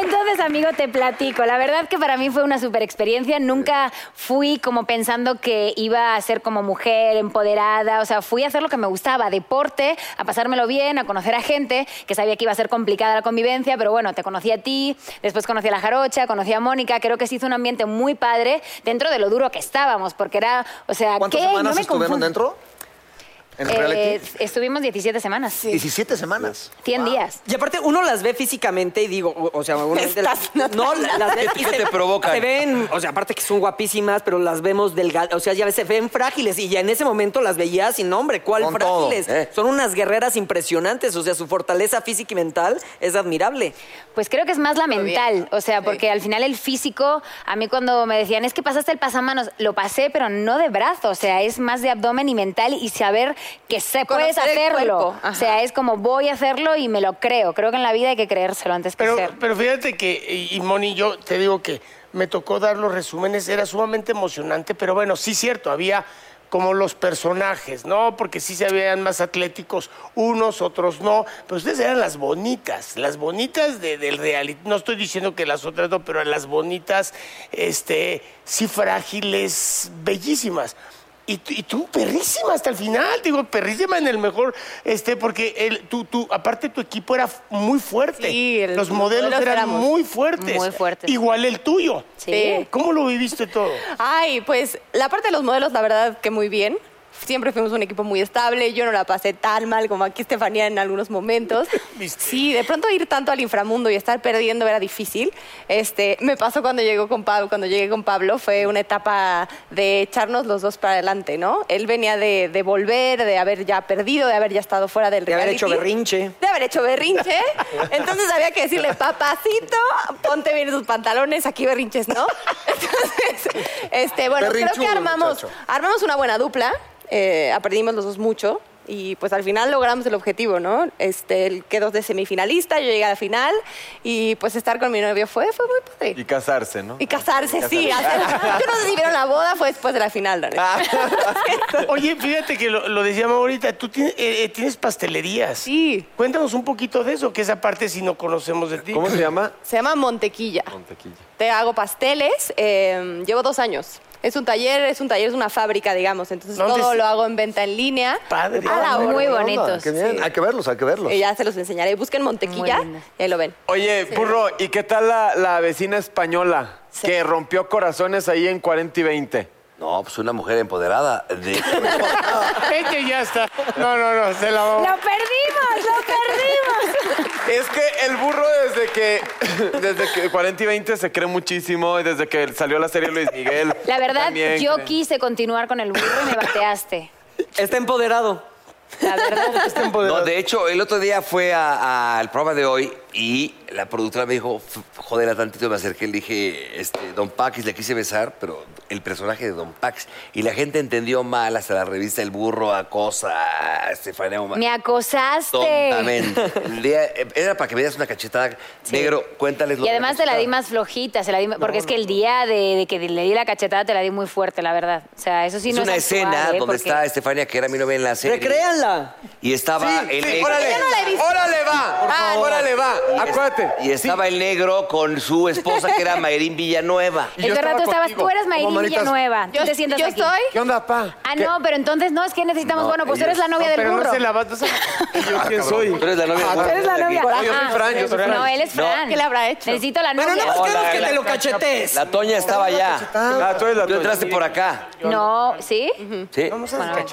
Speaker 8: entonces, amigo, te platico. La verdad que para mí fue una super experiencia. Nunca fui como pensando que iba a ser como mujer empoderada. O sea, fui a hacer lo que me gustaba, deporte, a pasármelo bien, a conocer a gente, que sabía que iba a ser complicada la convivencia, pero bueno, te conocí a ti, después conocí a la Jarocha, conocí a Mónica. Creo que se hizo un ambiente muy padre dentro de lo duro que estábamos, porque era, o sea,
Speaker 7: ¿Cuántas
Speaker 8: ¿qué?
Speaker 7: semanas
Speaker 8: no me
Speaker 7: estuvieron
Speaker 8: confundo.
Speaker 7: dentro? ¿En el
Speaker 8: Eh,
Speaker 7: reality?
Speaker 8: estuvimos 17 semanas,
Speaker 7: 17 semanas.
Speaker 8: 100 días.
Speaker 3: Y aparte, uno las ve físicamente y digo, o o sea, uno
Speaker 9: Estás-
Speaker 3: no, las ve y
Speaker 5: ¿Qué te provocan?
Speaker 3: Se ven, o sea, aparte que son guapísimas, pero las vemos delgadas, o sea, ya ves, se ven frágiles y ya en ese momento las veías y no, hombre, ¿cuál
Speaker 7: Con todo,
Speaker 3: frágiles?
Speaker 5: ¿eh?
Speaker 3: Son unas guerreras impresionantes, o sea, su fortaleza física y mental es admirable.
Speaker 8: Pues creo que es más la mental, o sea, porque al final el físico, a mí cuando me decían, es que pasaste el pasamanos, lo pasé, pero no de brazo, o sea, es más de abdomen y mental y saber que se puedes
Speaker 9: Conocer el
Speaker 8: hacerlo.
Speaker 9: cuerpo,
Speaker 8: O
Speaker 9: ajá.
Speaker 8: sea, es como voy a hacerlo y me lo creo. Creo que en la vida hay que creérselo antes que
Speaker 4: Pero,
Speaker 8: ser.
Speaker 4: pero fíjate que, y y Moni, yo te digo que me tocó dar los resúmenes, era sumamente emocionante, pero bueno, sí cierto, había como los personajes, ¿no? Porque sí se veían más atléticos unos, otros no. Pero ustedes eran las bonitas, las bonitas de- del reality. No estoy diciendo que las otras no, pero las bonitas, este, sí frágiles, bellísimas. Y, tú- y tú, perrísima hasta el final, digo, perrísima en el mejor, este, porque el, tú, tú, aparte tu equipo era muy fuerte.
Speaker 9: Sí, el-
Speaker 4: Los modelos
Speaker 9: modelos
Speaker 4: eran
Speaker 9: éramos
Speaker 4: muy fuertes.
Speaker 8: muy fuertes.
Speaker 4: Igual el tuyo.
Speaker 9: Sí.
Speaker 4: ¿Cómo lo viviste todo?
Speaker 9: Ay, pues la parte de los modelos, la verdad que muy bien. Siempre fuimos un equipo muy estable. Yo no la pasé tan mal como aquí Estefanía en algunos momentos.
Speaker 4: ¿Viste?
Speaker 9: Sí, de pronto ir tanto al inframundo y estar perdiendo era difícil. Este, me pasó cuando llegó con Pablo, cuando llegué con Pablo, fue una etapa de echarnos los dos para adelante, ¿no? Él venía de, de volver, de haber ya perdido, de haber ya estado fuera del
Speaker 3: De haber
Speaker 9: reality.
Speaker 3: hecho berrinche.
Speaker 9: De haber hecho berrinche. Entonces había que decirle, papacito, ponte bien tus pantalones, aquí berrinches, ¿no? Entonces, este, bueno, creo que
Speaker 7: Berrinchudo,
Speaker 9: armamos,
Speaker 7: muchacho.
Speaker 9: armamos una buena dupla, eh, aprendimos los dos mucho y pues al final logramos el objetivo, ¿no? Este, él quedó de semifinalista, yo llegué a la final y pues estar con mi novio fue, fue muy padre.
Speaker 6: Y casarse, ¿no?
Speaker 9: Y casarse, sí. hacer- Yo no sé si vieron la boda, fue después de la final, la
Speaker 7: Ah,
Speaker 9: neta.
Speaker 4: Oye, fíjate que lo, lo decíamos ahorita, tú tienes, eh, eh, tienes pastelerías.
Speaker 9: Sí.
Speaker 4: Cuéntanos un poquito de eso, que esa parte si no conocemos de ti.
Speaker 6: ¿Cómo se llama?
Speaker 9: Se llama Montequilla.
Speaker 6: Montequilla.
Speaker 9: Te hago pasteles, eh, llevo dos años. Es un taller, es un taller, es una fábrica, digamos. Entonces
Speaker 4: ¿Dónde
Speaker 9: todo
Speaker 4: es?
Speaker 9: lo hago en venta en línea.
Speaker 4: Padre.
Speaker 9: A la hora.
Speaker 8: Ah, Muy
Speaker 7: Buena onda,
Speaker 8: bonitos.
Speaker 7: Qué bien. Hay que verlos, hay que verlos.
Speaker 9: Eh, ya se los enseñaré. Busquen Montequilla
Speaker 8: Muy lindo.
Speaker 9: y ahí lo ven.
Speaker 6: Oye, burro, ¿y qué tal la, la vecina española que rompió corazones ahí en 40 y 20?
Speaker 5: No, pues una mujer empoderada. De...
Speaker 4: Este ya está. No, no, no, se la vamos.
Speaker 8: ¡Lo perdimos! ¡Lo perdimos!
Speaker 6: Es que el burro desde que desde que 40 y 20 se cree muchísimo y desde que salió la serie Luis Miguel.
Speaker 8: La verdad,
Speaker 6: también
Speaker 8: yo
Speaker 6: cree.
Speaker 8: quise continuar con el burro y me bateaste.
Speaker 3: Está empoderado.
Speaker 8: La verdad.
Speaker 5: No, de hecho, el otro día fue a- al programa de hoy y la productora me dijo, "F- jodela tantito, me acerqué, le dije, este, Don Pax, le quise besar, pero el personaje de Don Pax. Y la gente entendió mal hasta la revista El Burro, acosa a Estefanía Humana.
Speaker 8: Me acosaste.
Speaker 5: Tontamente. El día- eh, Era para que me dieras una cachetada. Negro, cuéntales lo
Speaker 8: Y
Speaker 5: que
Speaker 8: además te la di más flojita, se la di, porque es que el día de, de que le di la cachetada te la di muy fuerte, la verdad. O sea, eso sí
Speaker 5: es
Speaker 8: no
Speaker 5: una
Speaker 8: es actuar,
Speaker 5: escena
Speaker 8: ¿eh?
Speaker 5: donde
Speaker 8: Porque-
Speaker 5: está Estefania, que era mi novia en la serie.
Speaker 3: Recréanla.
Speaker 5: Y estaba
Speaker 6: Sí,
Speaker 5: el
Speaker 6: sí,
Speaker 5: negro.
Speaker 6: órale. Órale va. Órale va.
Speaker 5: Y es-
Speaker 6: Acuérdate.
Speaker 5: Y estaba el negro con su esposa, que era Mayrín Villanueva.
Speaker 6: Y
Speaker 8: Es
Speaker 6: yo
Speaker 8: verdad,
Speaker 6: estaba
Speaker 8: tú estabas,
Speaker 6: contigo.
Speaker 8: tú eres
Speaker 7: Como
Speaker 8: Mayrín
Speaker 7: manitas-
Speaker 8: Villanueva. Tú
Speaker 9: Yo,
Speaker 8: te sientas
Speaker 9: yo
Speaker 8: aquí.
Speaker 9: estoy.
Speaker 6: ¿Qué onda, pa?
Speaker 8: Ah,
Speaker 6: ¿Qué-
Speaker 8: no, pero entonces no, es que necesitamos,
Speaker 5: No,
Speaker 8: bueno, pues tú
Speaker 5: ella-
Speaker 8: eres la novia del
Speaker 4: Pero
Speaker 8: burro. Ah,
Speaker 4: no se la va tú sabes-
Speaker 6: ¿Y yo quién soy?
Speaker 5: Tú eres la novia.
Speaker 6: Ah,
Speaker 5: de-
Speaker 6: tú
Speaker 8: Eres la
Speaker 5: de-
Speaker 8: novia.
Speaker 6: Yo soy
Speaker 8: Ah,
Speaker 6: Fran, yo soy Fran. pues,
Speaker 8: No, él es
Speaker 5: No.
Speaker 8: Fran.
Speaker 9: ¿Qué le habrá hecho?
Speaker 8: Necesito la novia.
Speaker 3: Bueno, no más
Speaker 5: No,
Speaker 3: queremos
Speaker 5: la-
Speaker 3: que
Speaker 5: la-
Speaker 3: te lo cachetees.
Speaker 5: La Toña estaba allá.
Speaker 6: Ah, tú eres la
Speaker 5: Tú
Speaker 6: Toña.
Speaker 5: entraste por acá.
Speaker 8: No, ¿sí?
Speaker 5: Sí.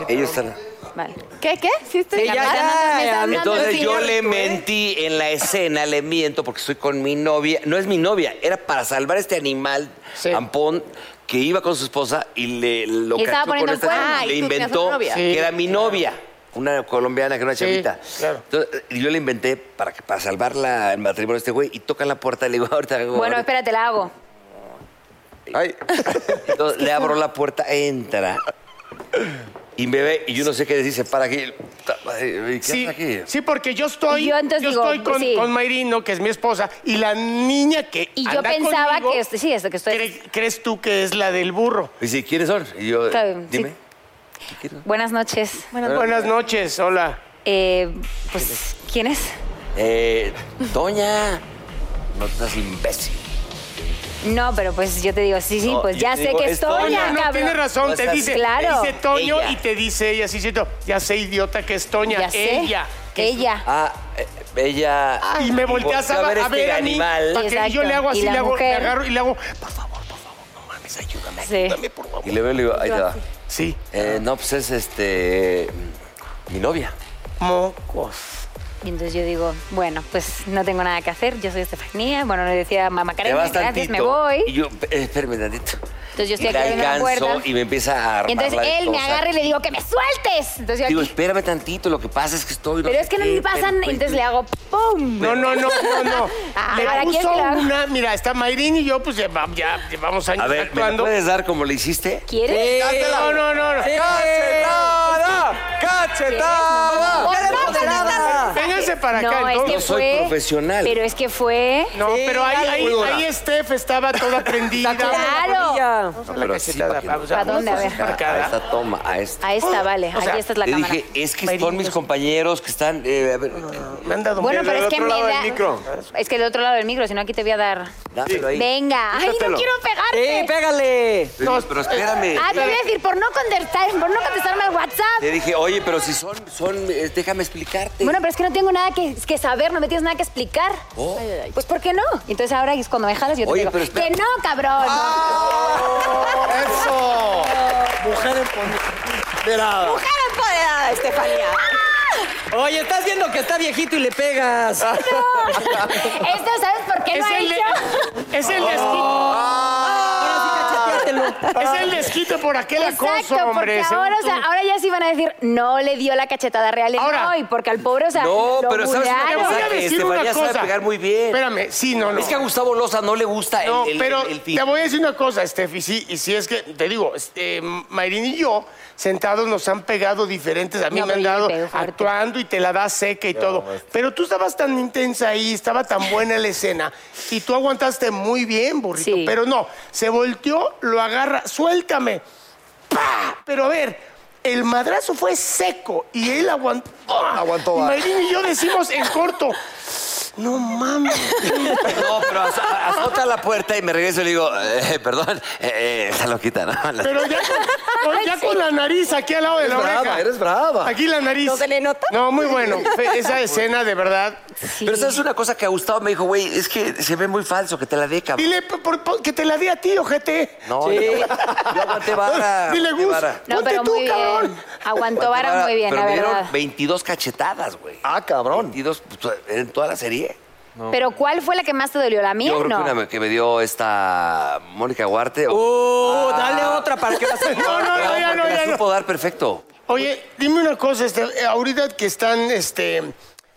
Speaker 5: Ellos están.
Speaker 8: Vale.
Speaker 9: ¿Qué, qué? Sí, estoy-
Speaker 3: Sí,
Speaker 9: Ya,
Speaker 3: ya,
Speaker 9: ya,
Speaker 3: ya,
Speaker 9: me están
Speaker 3: ya.
Speaker 9: dando el
Speaker 5: Entonces yo
Speaker 9: señor.
Speaker 5: le mentí en la escena, le miento porque estoy con mi novia. No es mi novia, era para salvar a este animal ampón que iba con su esposa y le lo
Speaker 8: Y estaba
Speaker 5: cachó con
Speaker 8: poniendo el cuerno.
Speaker 5: esta,
Speaker 9: Ah,
Speaker 5: le
Speaker 9: y tú tenías
Speaker 5: inventó
Speaker 9: una novia.
Speaker 5: que era mi novia. Una colombiana que era una chavita.
Speaker 4: claro.
Speaker 5: Entonces, y yo le inventé para, que- para salvar la- el matrimonio de este güey y toca la puerta y le digo, ahorita hago-
Speaker 8: Bueno,
Speaker 5: ahorita".
Speaker 8: espérate, la hago.
Speaker 6: Ay,
Speaker 5: Entonces, le abro la puerta, entra y me ve y yo no sé qué decir, se para aquí. puta madre, ¿Qué
Speaker 4: Sí,
Speaker 5: haces aquí?
Speaker 4: sí, porque yo estoy,
Speaker 8: Yo
Speaker 4: yo
Speaker 8: entonces digo,
Speaker 4: estoy con,
Speaker 8: sí.
Speaker 4: con Mayrino, que es mi esposa, y la niña que
Speaker 8: Y yo
Speaker 4: anda
Speaker 8: pensaba
Speaker 4: conmigo,
Speaker 8: que, sí, es que estoy...
Speaker 4: cre- crees tú que es la del burro.
Speaker 5: Y dice, ¿quiénes son? Y yo,
Speaker 8: Está bien, sí.
Speaker 5: dime.
Speaker 8: Buenas noches.
Speaker 4: Buenas, noches, hola.
Speaker 8: Eh, pues, ¿quién es?
Speaker 5: Eh, Doña, no seas imbécil.
Speaker 8: No, pero pues yo te digo, sí, sí,
Speaker 5: No,
Speaker 8: pues
Speaker 5: yo
Speaker 8: ya
Speaker 5: te
Speaker 8: sé
Speaker 5: digo,
Speaker 8: que
Speaker 5: es
Speaker 8: es Toña,
Speaker 5: Toña,
Speaker 4: No,
Speaker 8: cabrón.
Speaker 4: tienes razón,
Speaker 5: O
Speaker 4: te
Speaker 5: sea,
Speaker 4: dice,
Speaker 8: claro.
Speaker 4: te dice Toño
Speaker 5: Ella.
Speaker 4: y te dice ella, sí, cierto, ya sé idiota que es Toña,
Speaker 8: Ya sé.
Speaker 4: ella. que es-
Speaker 8: Ella.
Speaker 5: Ah, eh, ella.
Speaker 4: Y me volteas a,
Speaker 5: volteó
Speaker 4: a ver, a,
Speaker 5: este
Speaker 4: mí,
Speaker 5: animal.
Speaker 4: pa' que
Speaker 8: Exacto.
Speaker 4: yo le hago
Speaker 8: Y
Speaker 4: así,
Speaker 8: la
Speaker 4: le hago, le
Speaker 8: mujer.
Speaker 4: agarro y le hago, por favor, por favor, no mames, ayúdame,
Speaker 8: Sí.
Speaker 4: ayúdame, por favor.
Speaker 5: Y le veo y le digo, ahí te va.
Speaker 4: Sí.
Speaker 5: Eh, no, pues es este. Mi novia.
Speaker 4: Mocos.
Speaker 8: Y entonces yo digo, bueno, pues no tengo nada que hacer, yo soy Estefanía, bueno, le decía mamá
Speaker 5: Te
Speaker 8: Karen,
Speaker 5: vas
Speaker 8: gracias,
Speaker 5: tantito.
Speaker 8: me voy.
Speaker 5: Y yo, eh, espérame tantito.
Speaker 8: Entonces yo estoy
Speaker 5: Y la
Speaker 8: aquí en la
Speaker 5: alcanzo
Speaker 8: puerta.
Speaker 5: y me empieza a
Speaker 8: Y
Speaker 5: armar
Speaker 8: entonces
Speaker 5: la
Speaker 8: él me
Speaker 5: destroza.
Speaker 8: agarra y le digo, ¡que me sueltes! Entonces yo
Speaker 5: Digo,
Speaker 8: aquí,
Speaker 5: espérame tantito, lo que pasa es que estoy.
Speaker 8: pero es que no me pasan,
Speaker 5: pues,
Speaker 8: entonces le hago ¡pum!
Speaker 4: No, no, no, no, no.
Speaker 8: Ah,
Speaker 4: Le
Speaker 8: ahora, ¿quién
Speaker 4: puso
Speaker 8: te la-
Speaker 4: una, mira, está Mayrín y yo, pues ya, va- ya llevamos años
Speaker 5: A ver, ¿me la
Speaker 4: actuando.
Speaker 5: puedes dar como le hiciste?
Speaker 8: ¿Quieres?
Speaker 4: No, no, no, no.
Speaker 6: ¡Cachetada! ¡Cachetada!
Speaker 8: Por favor,
Speaker 4: Vénganse para para acá,
Speaker 8: No, es
Speaker 4: entonces.
Speaker 8: que
Speaker 5: Yo soy
Speaker 8: fue.
Speaker 5: profesional.
Speaker 8: Pero es que fue.
Speaker 4: No,
Speaker 3: Sí,
Speaker 4: pero ahí,
Speaker 3: era
Speaker 4: ahí,
Speaker 3: muy dura.
Speaker 4: ahí Steph estaba toda prendida.
Speaker 8: ¡Claro!
Speaker 4: Vamos a la
Speaker 5: Pero así,
Speaker 4: cachetada,
Speaker 5: para que no-
Speaker 4: vamos a-
Speaker 8: ¿A dónde? A ver.
Speaker 5: A esta toma, a esta.
Speaker 8: A esta, vale.
Speaker 4: O sea,
Speaker 8: Aquí esta es la
Speaker 5: Oh. Le
Speaker 8: cámara.
Speaker 5: dije, es que
Speaker 4: Peritos.
Speaker 5: son mis compañeros que están. eh, a ver,
Speaker 4: Me han dado
Speaker 8: Bueno,
Speaker 4: miedo.
Speaker 8: pero es
Speaker 6: del
Speaker 8: que a
Speaker 6: otro
Speaker 8: mí
Speaker 6: lado del
Speaker 8: da-
Speaker 6: micro.
Speaker 8: Es que del otro lado del micro, si no aquí te voy a dar.
Speaker 5: dámelo ahí.
Speaker 8: Venga. Ay, no
Speaker 6: Quítatelo.
Speaker 8: quiero pegarte.
Speaker 3: ¡Eh, pégale!
Speaker 5: Le dije, pero espérame.
Speaker 8: Ah, te voy a decir, por no contestar, por no contestarme al WhatsApp.
Speaker 5: Le dije, oye, pero si son, son, eh, déjame explicarte.
Speaker 8: Bueno, pero es que no tengo nada que, que saber, no me tienes nada que explicar.
Speaker 5: Oh.
Speaker 8: Ay, ay, ay. Pues ¿por qué no? Entonces ahora es cuando me jalas yo te
Speaker 5: Oye,
Speaker 8: digo,
Speaker 5: pero espera. Ah.
Speaker 8: que no, cabrón.
Speaker 4: ¡Eso!
Speaker 3: Mujer empoderada.
Speaker 9: ¡Mujer empoderada, Estefanía!
Speaker 3: Oye, estás viendo que está viejito y le pegas.
Speaker 8: Esto, ¿sabes por qué lo
Speaker 4: Es
Speaker 8: ha
Speaker 4: el,
Speaker 8: hecho?
Speaker 4: es el desquite.
Speaker 3: Ahora sí, cacheteatelo.
Speaker 4: Es el desquite por aquel
Speaker 8: Exacto,
Speaker 4: acoso, hombre.
Speaker 8: porque ahora, o sea,
Speaker 4: según tú.
Speaker 8: ahora ya sí van a decir, no le dio la cachetada real en
Speaker 4: Ahora.
Speaker 8: hoy, porque al pobre, o sea,
Speaker 5: No,
Speaker 8: lo
Speaker 5: pero ¿sabes una
Speaker 4: Te
Speaker 8: bulearon.
Speaker 4: voy
Speaker 5: cosa?
Speaker 4: a
Speaker 5: que
Speaker 4: decir una
Speaker 5: Estefanía sabe
Speaker 4: cosa.
Speaker 5: pegar muy bien.
Speaker 4: Espérame, sí, no, no.
Speaker 5: Es que a Gustavo Loza no le gusta el-
Speaker 4: No,
Speaker 5: el,
Speaker 4: pero
Speaker 5: el- el fin.
Speaker 4: te voy a decir una cosa, Steph, y sí, y sí es que, te digo, este, Mayrin y yo, sentados, nos han pegado diferentes. A mí
Speaker 8: No,
Speaker 4: me
Speaker 8: pero
Speaker 4: han
Speaker 8: yo le
Speaker 4: dado
Speaker 8: pego fuerte.
Speaker 4: actuando y te la das seca y todo. Pero tú estabas tan intensa ahí, estaba tan buena la escena, y tú aguantaste muy bien, burrito.
Speaker 8: Sí.
Speaker 4: Pero no, se volteó, lo agarra, suéltame. ¡Pah! Pero a ver. El madrazo fue seco y él aguantó.
Speaker 7: Aguantó, va.
Speaker 4: Y Mayrin y yo decimos en corto, no mames.
Speaker 5: No, pero az- azota la puerta y me regreso y le digo, eh, perdón, eh, eh, esa loquita, ¿no? La-
Speaker 4: Pero ya, con, con- ya con la nariz aquí al lado de la
Speaker 7: Eres brava,
Speaker 4: oreja.
Speaker 7: eres brava.
Speaker 4: Aquí la nariz.
Speaker 9: ¿No se le nota?
Speaker 4: No, muy bueno. Fe- Esa escena, de verdad.
Speaker 5: Pero ¿sabes una cosa que a Gustavo me dijo, güey? Es que se ve muy falso que te la dé, cabrón.
Speaker 4: Dile por- por- por- que te la di a ti, ojete.
Speaker 5: No, yo, yo aguanté vara.
Speaker 4: Dile,
Speaker 5: aguanté
Speaker 4: Gus.
Speaker 5: vara.
Speaker 8: No,
Speaker 4: Ponte
Speaker 8: pero
Speaker 4: tú,
Speaker 8: muy
Speaker 4: cabrón.
Speaker 8: bien. Aguantó
Speaker 5: Aguanté
Speaker 8: vara muy bien,
Speaker 5: pero
Speaker 8: la
Speaker 5: me dieron
Speaker 8: verdad.
Speaker 5: 22 cachetadas, güey.
Speaker 7: Ah, cabrón.
Speaker 5: 22 pues, en toda la serie.
Speaker 8: Pero ¿cuál fue la que más te dolió? ¿La mía
Speaker 5: Yo
Speaker 8: o
Speaker 5: creo
Speaker 8: no?
Speaker 5: que una que me dio esta Mónica Huarte.
Speaker 8: Ah.
Speaker 3: Uh, dale otra para que la
Speaker 4: No, no, no, ya no,
Speaker 5: porque
Speaker 4: ya
Speaker 5: la
Speaker 4: no.
Speaker 5: supo dar perfecto.
Speaker 4: Oye, dime una cosa, este, eh, ahorita que están, este,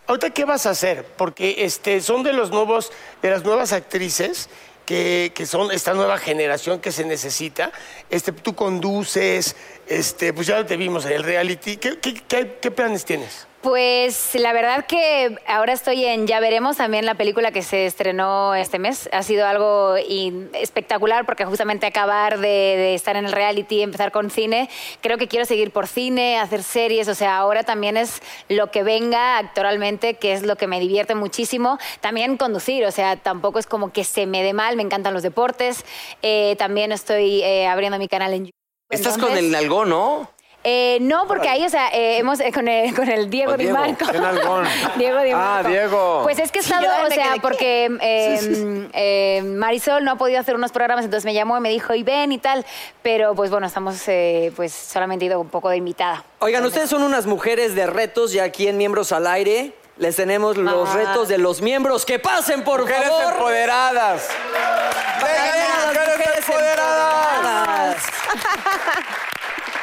Speaker 4: ahorita qué vas a hacer, porque este, son de los nuevos, de las nuevas actrices que, que son esta nueva generación que se necesita. Este, tú conduces, este, pues ya te vimos en el reality. ¿Qué, qué- qué- qué planes tienes?
Speaker 8: Pues la verdad que ahora estoy en Ya Veremos, también la película que se estrenó este mes. Ha sido algo in- espectacular porque justamente acabar de, de estar en el reality, empezar con cine, creo que quiero seguir por cine, hacer series, o sea, ahora también es lo que venga actualmente, que es lo que me divierte muchísimo. También conducir, o sea, tampoco es como que se me dé mal, me encantan los deportes. Eh, también estoy eh, abriendo mi canal en YouTube.
Speaker 5: Estás con
Speaker 8: Entonces-
Speaker 5: el nalgón, ¿no?
Speaker 8: eh, no, porque ahí, o sea, eh, hemos eh, con el, con el Diego
Speaker 5: Con
Speaker 8: Di
Speaker 5: Diego.
Speaker 8: Marco.
Speaker 6: El algón.
Speaker 8: Diego Di
Speaker 6: Ah,
Speaker 8: Marco.
Speaker 6: Diego.
Speaker 8: Pues es que he estado,
Speaker 9: yo
Speaker 8: o
Speaker 9: me
Speaker 8: sea,
Speaker 9: quedé,
Speaker 8: porque eh, eh, Marisol no ha podido hacer unos programas, entonces me llamó y me dijo, y ven y tal. Pero pues bueno, estamos, eh, pues solamente he ido un poco de invitada.
Speaker 3: Oigan, ustedes son unas mujeres de retos y aquí en Miembros al Aire les tenemos los
Speaker 8: Ah.
Speaker 3: retos de los miembros. ¡Que pasen, por
Speaker 6: Mujeres
Speaker 3: favor!
Speaker 6: empoderadas.
Speaker 3: Vengan,
Speaker 6: Vengan, mujeres empoderadas.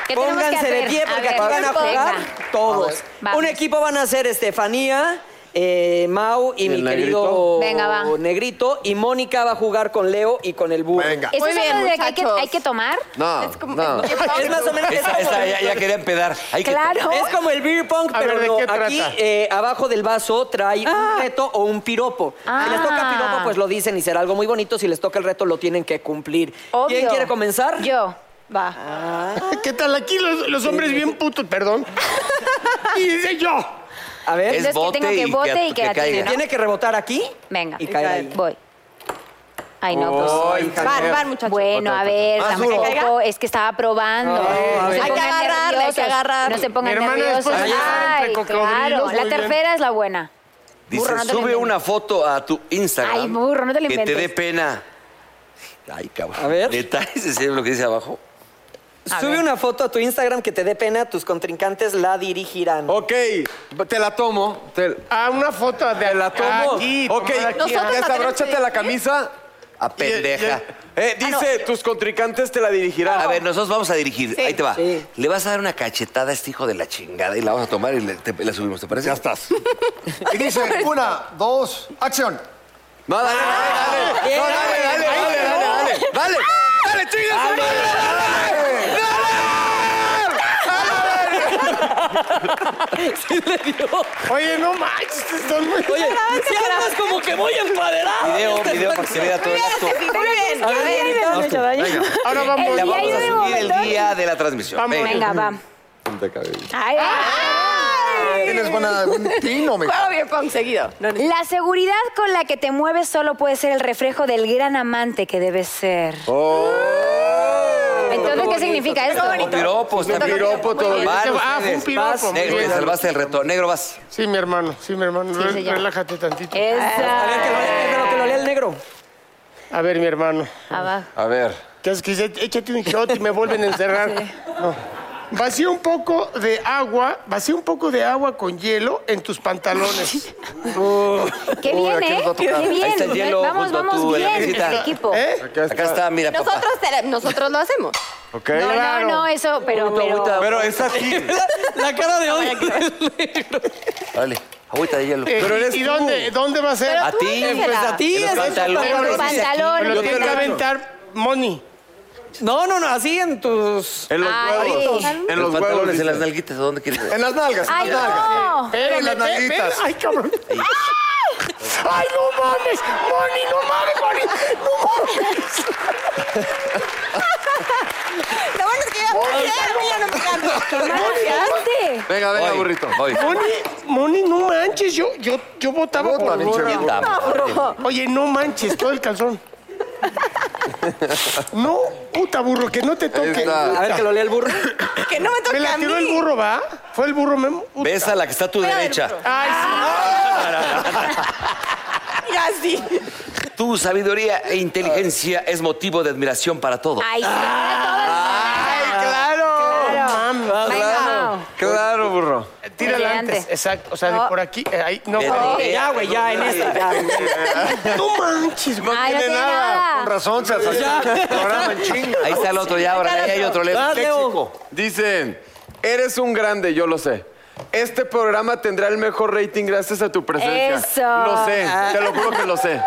Speaker 8: ¿Qué tenemos que
Speaker 3: Pónganse
Speaker 8: hacer?
Speaker 3: de pie porque
Speaker 8: ver,
Speaker 3: aquí van a jugar
Speaker 8: venga.
Speaker 3: todos.
Speaker 8: Vamos.
Speaker 3: Un equipo van a ser Estefanía, eh, Mau y, mi
Speaker 6: el
Speaker 3: querido
Speaker 6: Negrito?
Speaker 8: Venga, va.
Speaker 3: Negrito. Y Mónica va a jugar con Leo y con el búho.
Speaker 7: Venga.
Speaker 8: ¿Eso
Speaker 9: Muy
Speaker 8: es
Speaker 9: bien,
Speaker 8: algo de que hay, que
Speaker 9: muchachos.
Speaker 8: hay que tomar?
Speaker 6: No, no.
Speaker 3: Es más o menos...
Speaker 5: Esa, esa ya, ya quería empedar. Hay que-
Speaker 8: Claro.
Speaker 3: Es como el beer pong,
Speaker 4: A
Speaker 3: pero
Speaker 4: ver, ¿de
Speaker 3: no.
Speaker 4: qué
Speaker 3: Aquí
Speaker 4: trata?
Speaker 3: eh, abajo del vaso trae un reto o un piropo.
Speaker 8: Ah.
Speaker 3: Si les toca piropo, pues lo dicen y será algo muy bonito. Si les toca el reto, lo tienen que cumplir.
Speaker 8: Obvio.
Speaker 3: ¿Quién quiere comenzar?
Speaker 8: Yo.
Speaker 9: Va.
Speaker 4: ¿Qué tal aquí los, los hombres bien putos? Perdón. Y dice yo.
Speaker 3: A ver.
Speaker 5: Es
Speaker 8: Entonces, que
Speaker 5: bote
Speaker 8: tengo que
Speaker 5: y
Speaker 8: bote
Speaker 5: que-
Speaker 8: y que
Speaker 5: que
Speaker 8: atine,
Speaker 5: caiga.
Speaker 8: ¿no?
Speaker 3: Tiene que rebotar aquí.
Speaker 8: Venga.
Speaker 3: Y caer ahí.
Speaker 8: Voy. Ay, no, pues.
Speaker 9: Van, van, muchachos.
Speaker 8: Bueno, a ver,
Speaker 7: Más
Speaker 8: tampoco
Speaker 9: duro.
Speaker 8: es que estaba probando.
Speaker 3: a
Speaker 8: No se
Speaker 9: Hay
Speaker 3: ver.
Speaker 9: que
Speaker 8: pongan
Speaker 9: agarrarle, hay que
Speaker 8: nerviosos,
Speaker 9: agarrarle.
Speaker 8: No se
Speaker 4: Mi
Speaker 8: pongan
Speaker 4: hermana
Speaker 8: nerviosos.
Speaker 4: después de llegar
Speaker 8: Ay,
Speaker 4: entre cocodrilos,
Speaker 8: claro, la
Speaker 4: muy bien.
Speaker 8: tercera es la buena.
Speaker 5: Dice,
Speaker 8: Burro, no te lo
Speaker 5: sube
Speaker 8: inventes.
Speaker 5: una foto a tu Instagram.
Speaker 8: Ay, burro, no te lo
Speaker 5: Que te
Speaker 8: inventes.
Speaker 5: dé pena. Ay, cabrón.
Speaker 3: A ver.
Speaker 5: ¿Detalles de serio lo que dice abajo?
Speaker 8: A
Speaker 3: Sube
Speaker 8: ver.
Speaker 3: una foto a tu Instagram que te dé pena, tus contrincantes la dirigirán.
Speaker 6: Ok, te la tomo. Te,
Speaker 4: Ah, una foto de
Speaker 6: te la tomo.
Speaker 4: Aquí,
Speaker 6: ok,
Speaker 4: tomada aquí.
Speaker 9: Nosotros la
Speaker 6: desabróchate
Speaker 9: tenemos
Speaker 6: la camisa.
Speaker 5: A pendeja.
Speaker 6: Eh,
Speaker 8: Ah,
Speaker 6: dice, tus contrincantes te la dirigirán.
Speaker 5: A ver, nosotros vamos a dirigir. Ahí te va.
Speaker 3: Sí.
Speaker 5: Le vas a dar una cachetada a este hijo de la chingada y la vamos a tomar y le- te- la subimos, ¿te parece? Ya estás.
Speaker 7: Y dice, una, dos, acción.
Speaker 6: No, dale, dale, dale. No, dale, dale, dale, dale, dale. Dale, dale, chingas.
Speaker 3: Sí le dio.
Speaker 4: Oye, no manches, están muy...
Speaker 3: Oye, si andas como que voy empoderado.
Speaker 5: Video,
Speaker 3: Estás
Speaker 5: video, para que se vea todo el acto.
Speaker 9: bien,
Speaker 3: A ver,
Speaker 9: bien.
Speaker 3: vas tú.
Speaker 5: Venga,
Speaker 4: Ahora vamos.
Speaker 5: la vamos a
Speaker 8: hay un
Speaker 5: subir el
Speaker 8: momento.
Speaker 5: día de la transmisión.
Speaker 4: Vamos.
Speaker 8: Venga, va.
Speaker 6: Te cagué.
Speaker 8: Ay, ay.
Speaker 7: Tienes buena, buen tino, mi
Speaker 9: Juego bien conseguido. No, no.
Speaker 8: La seguridad con la que te mueves solo puede ser el reflejo del gran amante que debes ser.
Speaker 4: Oh.
Speaker 8: Entonces, ¿qué significa esto?
Speaker 5: Con piropos,
Speaker 9: Siento
Speaker 5: también.
Speaker 9: que-
Speaker 4: Piropo todo.
Speaker 9: Muy bien.
Speaker 5: Van
Speaker 4: Ah, fue un
Speaker 5: ustedes.
Speaker 4: piropo.
Speaker 3: Vas,
Speaker 4: muy
Speaker 5: Negro,
Speaker 4: bien.
Speaker 5: te salvaste el reto. Negro, vas.
Speaker 4: Sí, mi hermano, sí, mi hermano. Re-
Speaker 8: señor.
Speaker 4: Relájate tantito.
Speaker 8: Ah.
Speaker 3: A ver, que lo
Speaker 8: Esa.
Speaker 3: lea, que lo- que lo lea el negro.
Speaker 4: A ver, mi hermano.
Speaker 8: Abajo.
Speaker 6: A ver.
Speaker 4: ¿Qué haces? Que dice, échate un shot y me vuelven a encerrar. No. Vacía un poco de agua, vacía un poco de agua con hielo en tus pantalones. Oh.
Speaker 8: Qué
Speaker 7: Uy,
Speaker 8: bien,
Speaker 7: aquí
Speaker 8: ¿eh?
Speaker 7: nos va a
Speaker 8: Qué
Speaker 7: tocar.
Speaker 8: bien.
Speaker 5: Ahí está el hielo
Speaker 8: vamos,
Speaker 9: pues,
Speaker 5: junto a tu
Speaker 8: vamos bien,
Speaker 5: llavecita.
Speaker 8: equipo.
Speaker 4: ¿Eh?
Speaker 6: Acá está.
Speaker 5: Acá está, mira, papá.
Speaker 9: Nosotros, te- nosotros lo hacemos.
Speaker 6: Ok.
Speaker 8: No, no,
Speaker 4: Claro.
Speaker 8: no, eso, pero, pero
Speaker 6: Pero es así.
Speaker 3: La cara de odio.
Speaker 5: Dale, agüita de hielo.
Speaker 4: Eh,
Speaker 6: Pero
Speaker 4: ¿y-
Speaker 6: eres
Speaker 4: ¿Y
Speaker 6: tú.
Speaker 4: dónde, dónde va a ser?
Speaker 5: A ti.
Speaker 3: Pues a ti
Speaker 5: En
Speaker 3: es
Speaker 5: los
Speaker 3: eso,
Speaker 5: pantalones.
Speaker 3: cabrón.
Speaker 8: los
Speaker 4: Me lo
Speaker 8: pantalones.
Speaker 4: tiene que aventar Moni.
Speaker 3: No, no, no, así en tus.
Speaker 6: En los
Speaker 8: Ay.
Speaker 6: huevos. En los huevos.
Speaker 5: pantalones, en las
Speaker 6: dice.
Speaker 5: nalguitas, ¿a dónde quieres?
Speaker 7: En las nalgas. en
Speaker 8: ¡Ay,
Speaker 7: las nalgas.
Speaker 8: no!
Speaker 4: Pero
Speaker 7: las nalguitas.
Speaker 4: Ay, cabrón. Ay, no mames. Moni, no mames, Moni. No mames.
Speaker 9: Lo bueno es que ya ya no me canto.
Speaker 8: ¡Maravilloso!
Speaker 6: Venga, venga,
Speaker 5: Voy,
Speaker 6: burrito.
Speaker 5: Voy.
Speaker 4: Moni, Moni, no manches. Yo, yo, yo votaba
Speaker 7: Vota,
Speaker 4: por
Speaker 7: pinche
Speaker 4: Moni.
Speaker 7: burro.
Speaker 4: Oye, no manches, todo el calzón. No, puta burro, que no te toque.
Speaker 6: está.
Speaker 3: A ver, que lo lea el burro.
Speaker 9: Que no me
Speaker 4: Me
Speaker 9: toque
Speaker 4: la
Speaker 9: a mí.
Speaker 4: tiró el burro, ¿va? ¿Fue el burro Memo? Puta.
Speaker 5: Besa la que está a tu derecha.
Speaker 4: Ay, sí.
Speaker 8: Ah.
Speaker 9: Ya sí.
Speaker 5: Tu sabiduría e inteligencia es motivo de admiración para todos.
Speaker 8: ¡Ay, sí!
Speaker 4: Ah,
Speaker 8: ¡Ay, claro! ¡Claro!
Speaker 6: Claro, burro.
Speaker 4: Tírala
Speaker 8: Elegante.
Speaker 4: antes. Exacto. O sea, de
Speaker 8: No.
Speaker 4: por aquí. eh, ahí, no,
Speaker 5: Bien,
Speaker 4: por aquí.
Speaker 3: Ya, güey, ya, en esta. ya.
Speaker 4: No manches,
Speaker 8: ¡Venga!
Speaker 4: güey.
Speaker 8: ¡Ay, no tiene
Speaker 7: Con
Speaker 8: nada!
Speaker 7: razón, se hace el programa en chinga.
Speaker 5: Ahí está el otro, ya ahora, ahí hay otro leo.
Speaker 3: Ah, Leo.
Speaker 6: Dicen, eres un grande, yo lo sé. Este programa tendrá el mejor rating gracias a tu presencia.
Speaker 8: Eso.
Speaker 6: Lo sé, te lo juro que lo sé.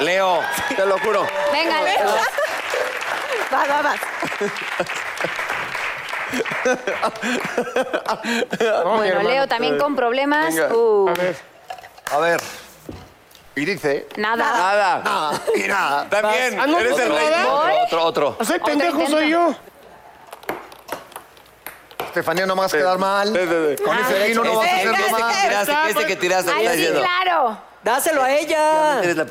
Speaker 5: Leo.
Speaker 6: Te lo juro.
Speaker 8: ¡Venga, Leo!
Speaker 9: Va, va, va.
Speaker 8: Bueno, Leo
Speaker 4: eh,
Speaker 8: también con problemas.
Speaker 6: Venga.
Speaker 8: Uh,
Speaker 7: A ver. Y dice.
Speaker 8: nada.
Speaker 6: Nada.
Speaker 7: Nada. Y nada.
Speaker 6: También,
Speaker 4: Ah, no,
Speaker 6: eres
Speaker 4: ¿no
Speaker 6: el
Speaker 4: te
Speaker 6: rey.
Speaker 4: nada?
Speaker 8: ¿Voy?
Speaker 5: Otro, otro.
Speaker 4: O sea, el pendejo soy yo.
Speaker 7: Estefanía, no me vas a quedar mal.
Speaker 6: sí,
Speaker 7: Con ese vino no vas a
Speaker 5: Este,
Speaker 7: hacer
Speaker 5: este que
Speaker 7: mal.
Speaker 5: tiraste, este que tiraste. me
Speaker 8: ¡Ay,
Speaker 5: está
Speaker 8: sí,
Speaker 5: diciendo,
Speaker 8: claro!
Speaker 3: Dáselo a ella.
Speaker 5: eres la-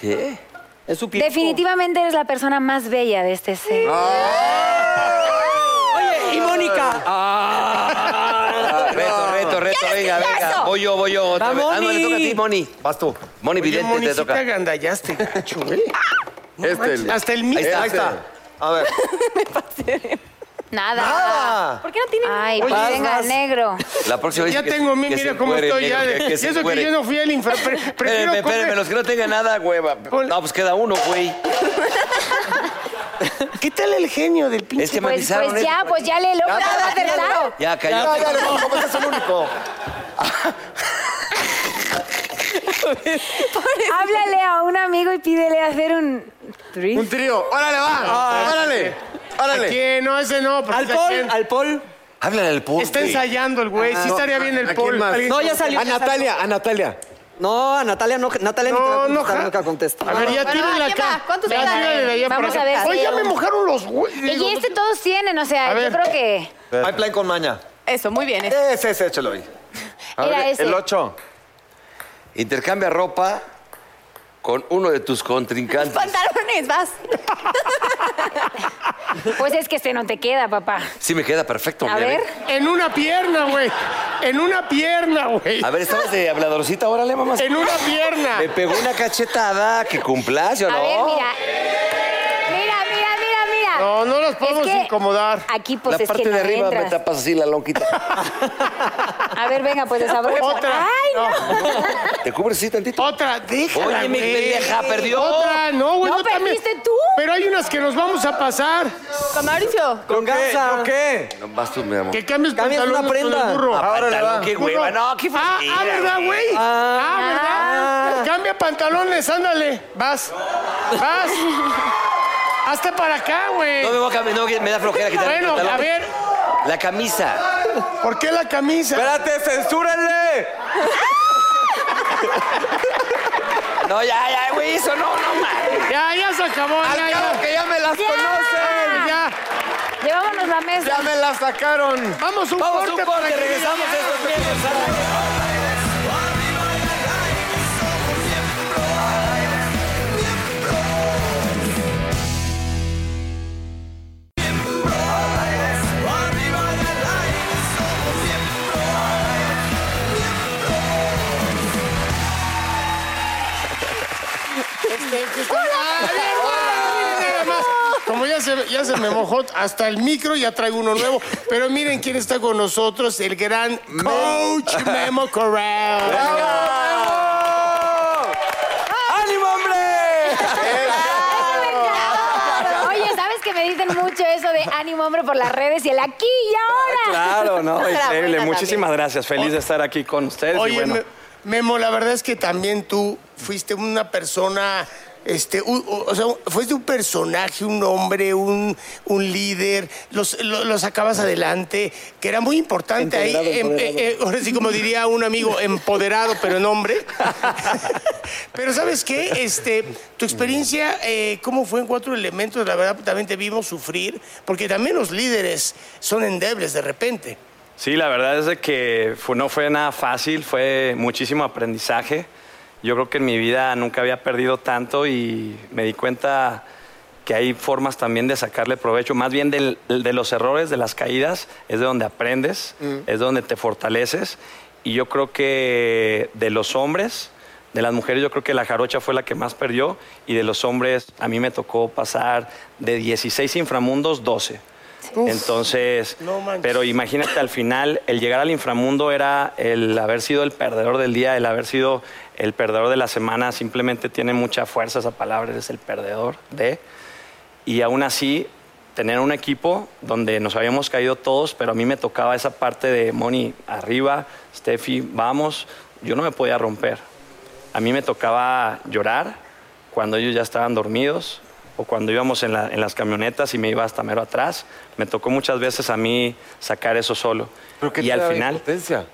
Speaker 5: ¿Qué?
Speaker 3: Es su piropo.
Speaker 8: Definitivamente eres la persona más bella de este set.
Speaker 5: Ah.
Speaker 3: Oye, y Mónica.
Speaker 5: Ah. Reto, reto, reto, venga, venga. Voy yo, voy yo. Otra
Speaker 3: Va,
Speaker 5: vez. Ah, no,
Speaker 3: Moni.
Speaker 5: le toca a ti, Moni.
Speaker 7: Vas tú.
Speaker 5: Moni
Speaker 4: Oye,
Speaker 5: Vidente
Speaker 4: Moni,
Speaker 5: te
Speaker 4: sí te
Speaker 5: toca.
Speaker 4: agandallaste, gacho, güey.
Speaker 6: Este. el-
Speaker 4: Hasta el
Speaker 5: Ahí
Speaker 4: mío.
Speaker 5: está.
Speaker 7: Ahí está. A ver.
Speaker 8: Nada.
Speaker 7: Nada.
Speaker 9: ¿Por qué no tiene
Speaker 8: Ay,
Speaker 3: Oye,
Speaker 8: pues venga,
Speaker 3: vas.
Speaker 8: negro.
Speaker 5: La próxima vez
Speaker 4: Ya
Speaker 5: que-
Speaker 4: tengo, mi-
Speaker 5: que se
Speaker 4: mira cómo
Speaker 5: encuere,
Speaker 4: estoy
Speaker 5: negro,
Speaker 4: ya.
Speaker 5: que- que
Speaker 4: de-
Speaker 5: se
Speaker 4: y eso que
Speaker 5: encuere.
Speaker 4: yo no fui al infra... pre- Prefiero
Speaker 5: Espérenme,
Speaker 4: comer-
Speaker 5: espérenme, los que no tengan nada, hueva.
Speaker 4: Ponle-
Speaker 5: No, pues queda uno, güey.
Speaker 4: ¿Qué tal el genio del pinche?
Speaker 5: Es que me
Speaker 8: Pues,
Speaker 5: avisaron.
Speaker 8: pues
Speaker 5: ¿eh?
Speaker 8: ya, pues ya le logro.
Speaker 5: Ya,
Speaker 7: Ya,
Speaker 5: cayó.
Speaker 7: ya, no, ¿cómo es el único?
Speaker 8: Háblale a un amigo y pídele hacer un...
Speaker 6: Un trío. Órale,
Speaker 3: Ah,
Speaker 6: va. Órale.
Speaker 4: ¿A
Speaker 6: Órale.
Speaker 4: quién? No, ese no. porque
Speaker 3: este. Al
Speaker 4: está
Speaker 3: Paul,
Speaker 4: bien.
Speaker 3: al Paul. Ah,
Speaker 5: Háblale al público.
Speaker 4: Está ensayando el güey. Sí estaría bien
Speaker 6: Ah, ¿A
Speaker 4: el
Speaker 6: quién
Speaker 4: Paul.
Speaker 6: más?
Speaker 4: Alguien-
Speaker 3: No, ya salió.
Speaker 6: A
Speaker 3: ya
Speaker 6: Natalia, a Natalia.
Speaker 3: salió. No, a Natalia no. Natalia ni te va a
Speaker 4: No, no,
Speaker 3: contestar,
Speaker 4: ja-
Speaker 3: nunca contesta.
Speaker 4: A ver, ya
Speaker 9: Bueno,
Speaker 4: tírenla
Speaker 9: ¿a quién
Speaker 4: acá.
Speaker 9: va? ¿Cuántos
Speaker 4: Ya
Speaker 9: quedan?
Speaker 4: tírenla de allá
Speaker 8: Vamos
Speaker 4: para
Speaker 8: a ver,
Speaker 4: acá. Oye,
Speaker 8: sí.
Speaker 4: ya me mojaron los güeyes.
Speaker 8: Y este todos tienen, o sea,
Speaker 4: A
Speaker 8: yo
Speaker 4: ver.
Speaker 8: creo que
Speaker 7: Hay plan con maña.
Speaker 9: Eso, muy bien. eso.
Speaker 7: Ese, ese, échalo ahí.
Speaker 6: A
Speaker 8: era
Speaker 6: ver,
Speaker 8: ese.
Speaker 6: el 8.
Speaker 5: Intercambia ropa con uno de tus contrincantes.
Speaker 9: Pantalones, vas.
Speaker 8: Pues es que este no te queda, papá.
Speaker 5: Sí, me queda perfecto.
Speaker 8: A
Speaker 5: mira,
Speaker 8: ver.
Speaker 4: En una pierna, güey. En una pierna, güey.
Speaker 5: A ver, ¿estabas de habladorcita? Órale, mamá.
Speaker 4: En una pierna.
Speaker 5: Me pegó una cachetada. Que cumplas, ¿o no?
Speaker 8: A ver, mira. Mira, mira, mira, mira.
Speaker 4: No, no los podemos incomodar.
Speaker 8: Aquí, pues,
Speaker 5: la
Speaker 8: es
Speaker 5: parte
Speaker 8: que
Speaker 5: de
Speaker 8: no
Speaker 5: arriba me
Speaker 8: entras.
Speaker 5: tapas así la lonquita.
Speaker 8: A ver, venga, pues, desabrocha.
Speaker 4: Otra.
Speaker 8: Ay, no.
Speaker 4: No.
Speaker 5: ¿Te cubres así tantito?
Speaker 4: Otra, déjala,
Speaker 5: Oye, mi
Speaker 4: güey.
Speaker 5: pendeja, perdió.
Speaker 4: Otra, no, güey.
Speaker 8: ¿No
Speaker 4: yo también-
Speaker 8: perdiste tú?
Speaker 4: Pero hay unas que nos vamos a pasar.
Speaker 9: Con Mauricio.
Speaker 3: Con Garza.
Speaker 6: ¿Qué?
Speaker 5: No, vas tú, mi amor.
Speaker 4: Que cambies
Speaker 3: Cambias una
Speaker 4: pantalones con
Speaker 3: prenda.
Speaker 4: el burro.
Speaker 5: Ah,
Speaker 4: Ahora le
Speaker 5: pantalón,
Speaker 4: va.
Speaker 5: qué hueva.
Speaker 4: Burro.
Speaker 5: No, qué
Speaker 4: Ah,
Speaker 5: flojera,
Speaker 4: ah, ¿verdad, güey? Ah, ¿verdad? Cambia pantalones, ándale. Vas. Vas. Hazte para acá, güey.
Speaker 5: No me voy a cambiar, no, que me da flojera quitar el
Speaker 4: Bueno,
Speaker 5: pantalón.
Speaker 4: a ver.
Speaker 5: La camisa.
Speaker 4: ¿Por qué la camisa?
Speaker 6: Espérate, censúrenle.
Speaker 3: No, ya, ya, güey, eso no, no, man.
Speaker 10: Ya, ya se acabó.
Speaker 6: Al
Speaker 10: Ya,
Speaker 6: cabo
Speaker 10: ya.
Speaker 6: que ya me las conocen.
Speaker 10: Ya.
Speaker 8: Llevámonos la
Speaker 6: Ya
Speaker 8: mesa.
Speaker 6: me las sacaron.
Speaker 10: Vamos un
Speaker 3: Vamos,
Speaker 10: corte
Speaker 3: un
Speaker 10: para
Speaker 3: corte,
Speaker 10: que
Speaker 3: regresamos a estos miembros.
Speaker 4: Nada más. Como ya se, ya se me mojó hasta el micro, ya traigo uno nuevo. Pero miren quién está con nosotros, el gran Coach Memo Corral.
Speaker 8: ¡Ah!
Speaker 3: ¡Ánimo, hombre!
Speaker 8: Oye, ¿sabes que me dicen mucho eso de ánimo hombre por las redes y el aquí
Speaker 10: Ah,
Speaker 8: y ahora?
Speaker 3: Ah, Claro, no,
Speaker 9: Era buena
Speaker 3: increíble.
Speaker 9: también. Oh.
Speaker 3: Muchísimas gracias. Feliz de estar aquí con ustedes. y
Speaker 4: Oye,
Speaker 3: bueno,
Speaker 4: Me- Memo, la verdad es que también tú fuiste una persona, este, u- u- o sea, fuiste un personaje, un hombre, un, un líder, los, lo- lo sacabas adelante, que era muy importante ahí,
Speaker 3: Empoderado,
Speaker 4: em-
Speaker 3: empoderado.
Speaker 4: eh, eh, ahora sí como diría un amigo, empoderado, pero en hombre. pero ¿sabes qué? Este, tu experiencia, eh, ¿cómo fue en Cuatro Elementos? La verdad, también te vimos sufrir, porque también los líderes son endebles de repente.
Speaker 10: Sí, la verdad es de que fue- no fue nada fácil, fue muchísimo aprendizaje. Yo creo que en mi vida nunca había perdido tanto y me di cuenta que hay formas también de sacarle provecho, más bien del- de los errores, de las caídas, es de donde aprendes, es donde te fortaleces. Y yo creo que de los hombres, de las mujeres, yo creo que la jarocha fue la que más perdió y de los hombres a mí me tocó pasar de 16 inframundos 12. Entonces,
Speaker 4: No manches.
Speaker 10: pero imagínate al final, el llegar al inframundo era el haber sido el perdedor del día, el haber sido el perdedor de la semana, simplemente tiene mucha fuerza esa palabra, eres el perdedor de. Y aún así, tener un equipo donde nos habíamos caído todos, pero a mí me tocaba esa parte de Moni, arriba, Steffi, vamos, yo no me podía romper. A mí me tocaba llorar cuando ellos ya estaban dormidos o cuando íbamos en, la- en las camionetas y me iba hasta mero atrás. Me tocó muchas veces a mí sacar eso solo. y al final,
Speaker 6: Potencia.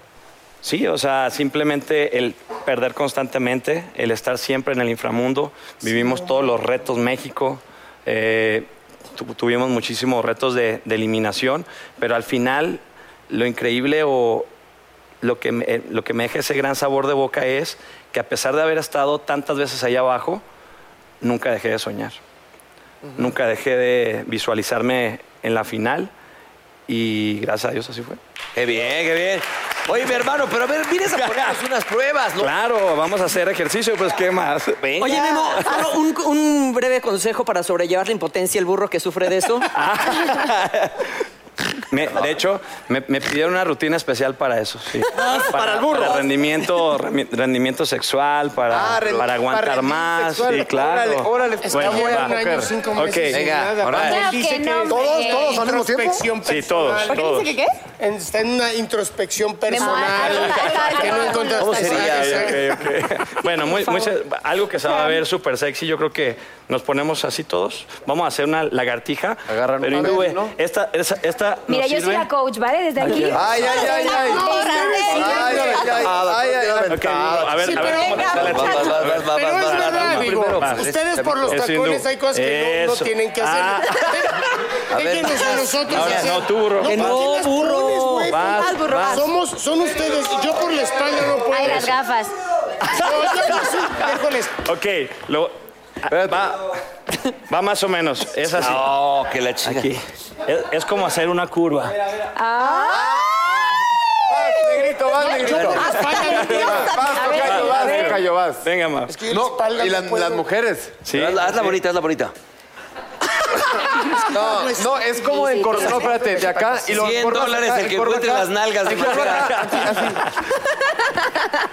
Speaker 10: sí, o sea, simplemente el perder constantemente, el estar siempre en el inframundo. Vivimos todos los retos México. eh, tu- tuvimos muchísimos retos de, de eliminación, pero al final lo increíble o, lo que, me, eh, lo que me deja ese gran sabor de boca es que a pesar de haber estado tantas veces allá abajo, nunca dejé de soñar. Nunca dejé de visualizarme en la final y gracias a Dios así fue.
Speaker 5: Qué bien, qué bien.
Speaker 3: Oye, mi hermano, pero a ver, vienes a ponernos unas pruebas, ¿no?
Speaker 10: Claro, vamos a hacer ejercicio, pues qué más.
Speaker 3: Oye, Memo, solo un, un breve consejo para sobrellevar la impotencia el burro que sufre de eso.
Speaker 4: Ah.
Speaker 10: Me- de hecho, me, me pidieron una rutina especial para eso. sí.
Speaker 3: Ah, para el burro.
Speaker 10: Para rendimiento, remi- rendimiento sexual, para,
Speaker 6: Ah, re-
Speaker 10: para aguantar
Speaker 6: para rendir
Speaker 10: más.
Speaker 6: sexual.
Speaker 10: Sí, claro.
Speaker 6: Órale, órale, pues, está
Speaker 10: Bueno,
Speaker 6: buena,
Speaker 10: va.
Speaker 4: Un año,
Speaker 6: mujer.
Speaker 4: cinco
Speaker 10: Ok.
Speaker 4: meses sin
Speaker 5: Venga,
Speaker 4: nada.
Speaker 5: ahora.
Speaker 4: Vamos,
Speaker 8: Claro
Speaker 4: dice
Speaker 8: que no,
Speaker 4: que-
Speaker 7: Todos,
Speaker 8: hombre.
Speaker 7: todos al mismo tiempo.
Speaker 4: Introspección
Speaker 10: Sí,
Speaker 4: personal.
Speaker 10: todos,
Speaker 9: ¿Por qué dice
Speaker 10: todos.
Speaker 9: que qué?
Speaker 4: Está en una introspección
Speaker 9: Memo,
Speaker 4: personal.
Speaker 9: está- está- está-
Speaker 4: Que no
Speaker 9: ¿Cómo
Speaker 4: encontraste
Speaker 3: sería?
Speaker 4: esa- esa-
Speaker 10: Bueno, muy, muy se- algo que se va a ver súper sexy. Yo creo que nos ponemos así todos. Vamos a hacer una lagartija.
Speaker 6: Agarran
Speaker 10: Pero
Speaker 6: una
Speaker 10: Indu,
Speaker 6: vez,
Speaker 10: eh,
Speaker 6: ¿no?
Speaker 10: Esta, esa- esta nos
Speaker 8: Mira, yo soy
Speaker 10: sirve.
Speaker 8: la coach, ¿vale? Desde aquí.
Speaker 6: Ay, ay, ay, ay. Ay, ay, ay, ay, ay, ay.
Speaker 10: Ok, a ver,
Speaker 4: Sí,
Speaker 10: a ver.
Speaker 4: pero-
Speaker 10: cómo nos sale.
Speaker 4: Venga,
Speaker 5: Va, va, va, va, va,
Speaker 4: Pero es
Speaker 5: va,
Speaker 4: verdad,
Speaker 5: va,
Speaker 4: digo,
Speaker 5: primero, va.
Speaker 4: ustedes por los
Speaker 10: Es hindú.
Speaker 4: tacones hay cosas que no- no,
Speaker 10: Eso.
Speaker 4: tienen que hacer.
Speaker 10: Ah.
Speaker 4: ¿Qué tienes a nosotros
Speaker 10: Ahora,
Speaker 4: hacer?
Speaker 10: no, tú, burro. Que
Speaker 4: ¿por
Speaker 3: no,
Speaker 4: qué las
Speaker 3: burro.
Speaker 4: pones, güey?
Speaker 10: Vas,
Speaker 9: Vas, burro, vas.
Speaker 4: Somos, son ustedes. Yo por la espalda no puedo.
Speaker 8: Ay, las gafas.
Speaker 4: No, yo no soy- miércoles.
Speaker 10: Ok, lo- va, va más o menos. Es así.
Speaker 5: No, que la chica.
Speaker 10: Aquí. Es, es como hacer una curva.
Speaker 8: Ah,
Speaker 6: Vas, negrito, vas, negrito. Vas, tocayo, vas, tocayo, vas.
Speaker 10: Venga, más.
Speaker 6: No, y la- las mujeres.
Speaker 10: Sí.
Speaker 5: Hazla, hazla bonita, hazla bonita.
Speaker 6: No, no, es como en cor... No, espérate, de acá. Y
Speaker 5: 100 dólares el que encuentre las nalgas de María.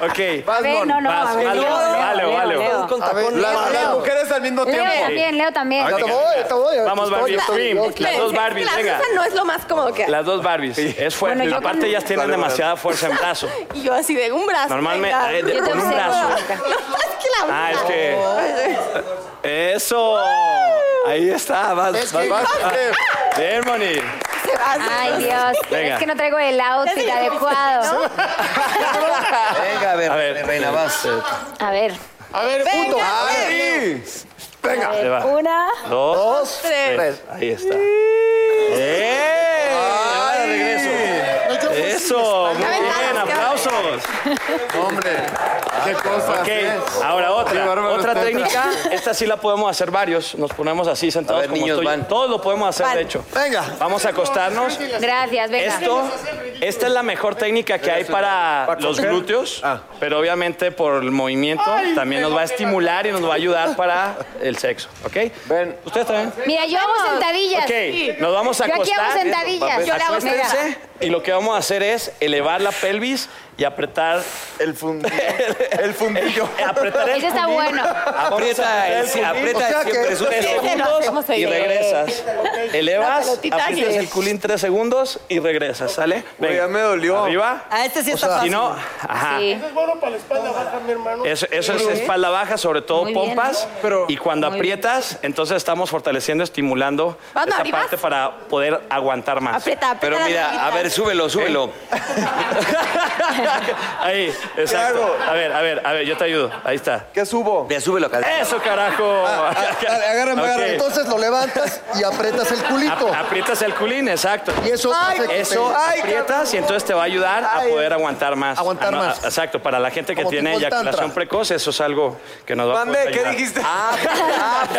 Speaker 10: Ok.
Speaker 6: Vas,
Speaker 8: Ve,
Speaker 6: Mon,
Speaker 8: no, no,
Speaker 10: vas,
Speaker 8: a ver,
Speaker 10: vas,
Speaker 8: Leo,
Speaker 10: vas,
Speaker 8: Leo,
Speaker 10: vale,
Speaker 8: Leo,
Speaker 10: vale.
Speaker 8: Leo.
Speaker 3: Con tacones.
Speaker 6: Las, las mujeres al mismo
Speaker 8: Leo
Speaker 6: tiempo.
Speaker 8: también, Leo también.
Speaker 7: Ya te voy, te voy.
Speaker 10: Vamos, Barbie,
Speaker 9: Está-
Speaker 10: Scream. Las dos Barbies,
Speaker 9: la
Speaker 10: venga.
Speaker 9: cosa no es lo más cómodo que hay.
Speaker 10: Las dos Barbies. Es fuerte.
Speaker 8: Bueno, yo
Speaker 10: Aparte,
Speaker 8: con-
Speaker 10: ellas tienen demasiada fuerza en brazo.
Speaker 9: Y yo así de un brazo.
Speaker 10: Normalmente,
Speaker 9: venga.
Speaker 10: eh, de-
Speaker 8: Yo te
Speaker 10: con un
Speaker 8: observo
Speaker 10: brazo.
Speaker 8: ahorita.
Speaker 9: No, es que la
Speaker 10: Ah, es que. Eso. Ahí está. Vas, vas.
Speaker 6: Vas, eh,
Speaker 5: Ah.
Speaker 10: Bien, Moni.
Speaker 9: Se pedazos.
Speaker 8: Ay, Dios.
Speaker 10: Venga.
Speaker 8: Es que no traigo el outfit adecuado.
Speaker 5: Venga, a ver, reina, vas.
Speaker 8: A ver.
Speaker 4: A ver, punto.
Speaker 6: ¡Ay!
Speaker 8: a
Speaker 6: Venga.
Speaker 8: ver,
Speaker 10: Ahí va.
Speaker 8: Una.
Speaker 10: Dos,
Speaker 7: Dos,
Speaker 10: tres.
Speaker 7: tres.
Speaker 10: Ahí está. ¡Eh!
Speaker 5: Ahora regreso.
Speaker 10: Eso, muy bien, aplausos.
Speaker 6: Hombre, qué cosas.
Speaker 10: Ok,
Speaker 6: ¿eh?
Speaker 10: ahora
Speaker 6: Qué
Speaker 10: otra.
Speaker 6: bárbaro
Speaker 10: Otra
Speaker 6: está.
Speaker 10: técnica, esta sí la podemos hacer varios. Nos ponemos así sentados
Speaker 5: A ver,
Speaker 10: como
Speaker 5: niños,
Speaker 10: estoy.
Speaker 5: van.
Speaker 10: Todos lo podemos hacer,
Speaker 9: Van.
Speaker 10: de hecho.
Speaker 7: Venga.
Speaker 10: Vamos a acostarnos.
Speaker 8: Gracias, venga.
Speaker 10: Esto, esta es la mejor técnica que hay para los glúteos,
Speaker 6: Ah.
Speaker 10: pero obviamente por el movimiento también nos va a estimular y nos va a ayudar para el sexo, ¿ok?
Speaker 6: Ven.
Speaker 10: ¿Ustedes también?
Speaker 8: Mira, yo hago sentadillas.
Speaker 10: Ok, nos vamos a
Speaker 8: Yo aquí hago
Speaker 10: acostar.
Speaker 8: sentadillas.
Speaker 10: Yo
Speaker 8: Yo
Speaker 10: la
Speaker 8: la hago
Speaker 10: Acuéstense y lo que vamos a hacer es elevar la pelvis y apretar
Speaker 6: El fundillo. El fundillo.
Speaker 10: Eh, apretar el
Speaker 8: Ese está
Speaker 10: fundillo.
Speaker 8: bueno.
Speaker 5: Aprieta, el- aprieta
Speaker 7: O sea
Speaker 5: siempre
Speaker 7: que-
Speaker 5: es un
Speaker 10: Tres
Speaker 9: ¿Cómo
Speaker 10: segundos
Speaker 9: se
Speaker 10: y
Speaker 9: dice?
Speaker 10: regresas. Elevas,
Speaker 9: Una pelotita
Speaker 10: aprietas
Speaker 9: que-
Speaker 10: el culín tres segundos y regresas, ¿sale?
Speaker 6: Güey, ya me dolió.
Speaker 10: Arriba.
Speaker 3: Ah, este sí está
Speaker 10: Si
Speaker 3: fácil.
Speaker 10: no, ajá.
Speaker 8: Sí.
Speaker 4: Es bueno para la espalda baja, mi hermano.
Speaker 10: Eso, eso es espalda baja, sobre todo
Speaker 8: Muy bien.
Speaker 10: pompas.
Speaker 6: Pero-
Speaker 10: y cuando aprietas, entonces estamos fortaleciendo, estimulando
Speaker 9: Vamos,
Speaker 10: esa
Speaker 9: arriba.
Speaker 10: parte para poder aguantar más.
Speaker 9: Aprieta, aprieta
Speaker 5: Pero
Speaker 9: las
Speaker 5: mira, a
Speaker 9: nalguitas.
Speaker 5: ver, súbelo, súbelo.
Speaker 10: Ahí, exacto.
Speaker 6: hago?
Speaker 10: A ver, a ver, a ver, yo te ayudo. Ahí está.
Speaker 6: ¿Qué subo?
Speaker 5: Mira, súbelo, cadena.
Speaker 10: Eso, carajo.
Speaker 5: Ah,
Speaker 7: Dale, agárrame,
Speaker 10: Ok.
Speaker 7: agárrame. Entonces lo levantas y aprietas el culito.
Speaker 10: Ap- aprietas el culín, exacto.
Speaker 7: Y eso hace que
Speaker 10: Eso
Speaker 7: te-
Speaker 10: aprietas y entonces te va a ayudar a poder aguantar más.
Speaker 7: Aguantar
Speaker 10: Ah, no,
Speaker 7: más.
Speaker 10: a- Exacto, para la gente que
Speaker 7: Como
Speaker 10: tiene
Speaker 7: tipo el
Speaker 10: eyaculación
Speaker 7: tantra.
Speaker 10: precoz, eso es algo que nos va Ah, a
Speaker 6: Mande,
Speaker 10: poder
Speaker 6: ¿qué
Speaker 10: ayudar.
Speaker 6: dijiste?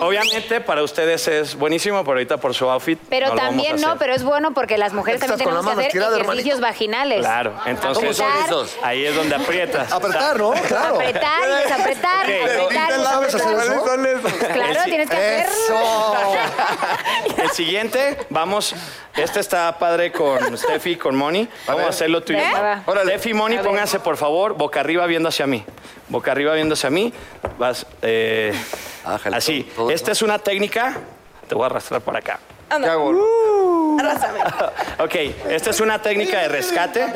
Speaker 10: Obviamente para ustedes es buenísimo, pero ahorita por su outfit.
Speaker 8: Pero
Speaker 10: no lo vamos a
Speaker 8: también no,
Speaker 10: hacer.
Speaker 8: pero es bueno porque las mujeres
Speaker 7: Estás
Speaker 8: también
Speaker 7: con la
Speaker 8: tenemos que
Speaker 7: mano
Speaker 8: hacer
Speaker 7: estirada,
Speaker 8: ejercicios vaginales.
Speaker 10: Claro,
Speaker 5: ¿Cómo
Speaker 10: entonces
Speaker 5: son
Speaker 8: Apretar.
Speaker 5: esos?
Speaker 10: ahí es donde aprietas.
Speaker 7: Apretar, ¿no? Claro.
Speaker 8: Apretar y desapretar,
Speaker 10: Ok.
Speaker 8: apretar y
Speaker 7: ¿Tú sabes hacer
Speaker 8: desapretar.
Speaker 7: eso?
Speaker 8: Claro, tienes que hacerlo.
Speaker 10: El siguiente, vamos, este está padre con Steffi, con Moni. Vamos a hacerlo tú y yo.
Speaker 8: Venga, va.
Speaker 10: Órale. Steffi y Moni, pónganse por favor boca arriba viendo hacia mí. Boca arriba viendo hacia mí. Vas eh,
Speaker 5: Ájale,
Speaker 10: así.
Speaker 5: todo, todo,
Speaker 10: Esta
Speaker 5: ¿no?
Speaker 10: es una técnica. Te voy a arrastrar para acá.
Speaker 6: ¿Qué hago? Uh.
Speaker 10: Ok, esta es una técnica de rescate.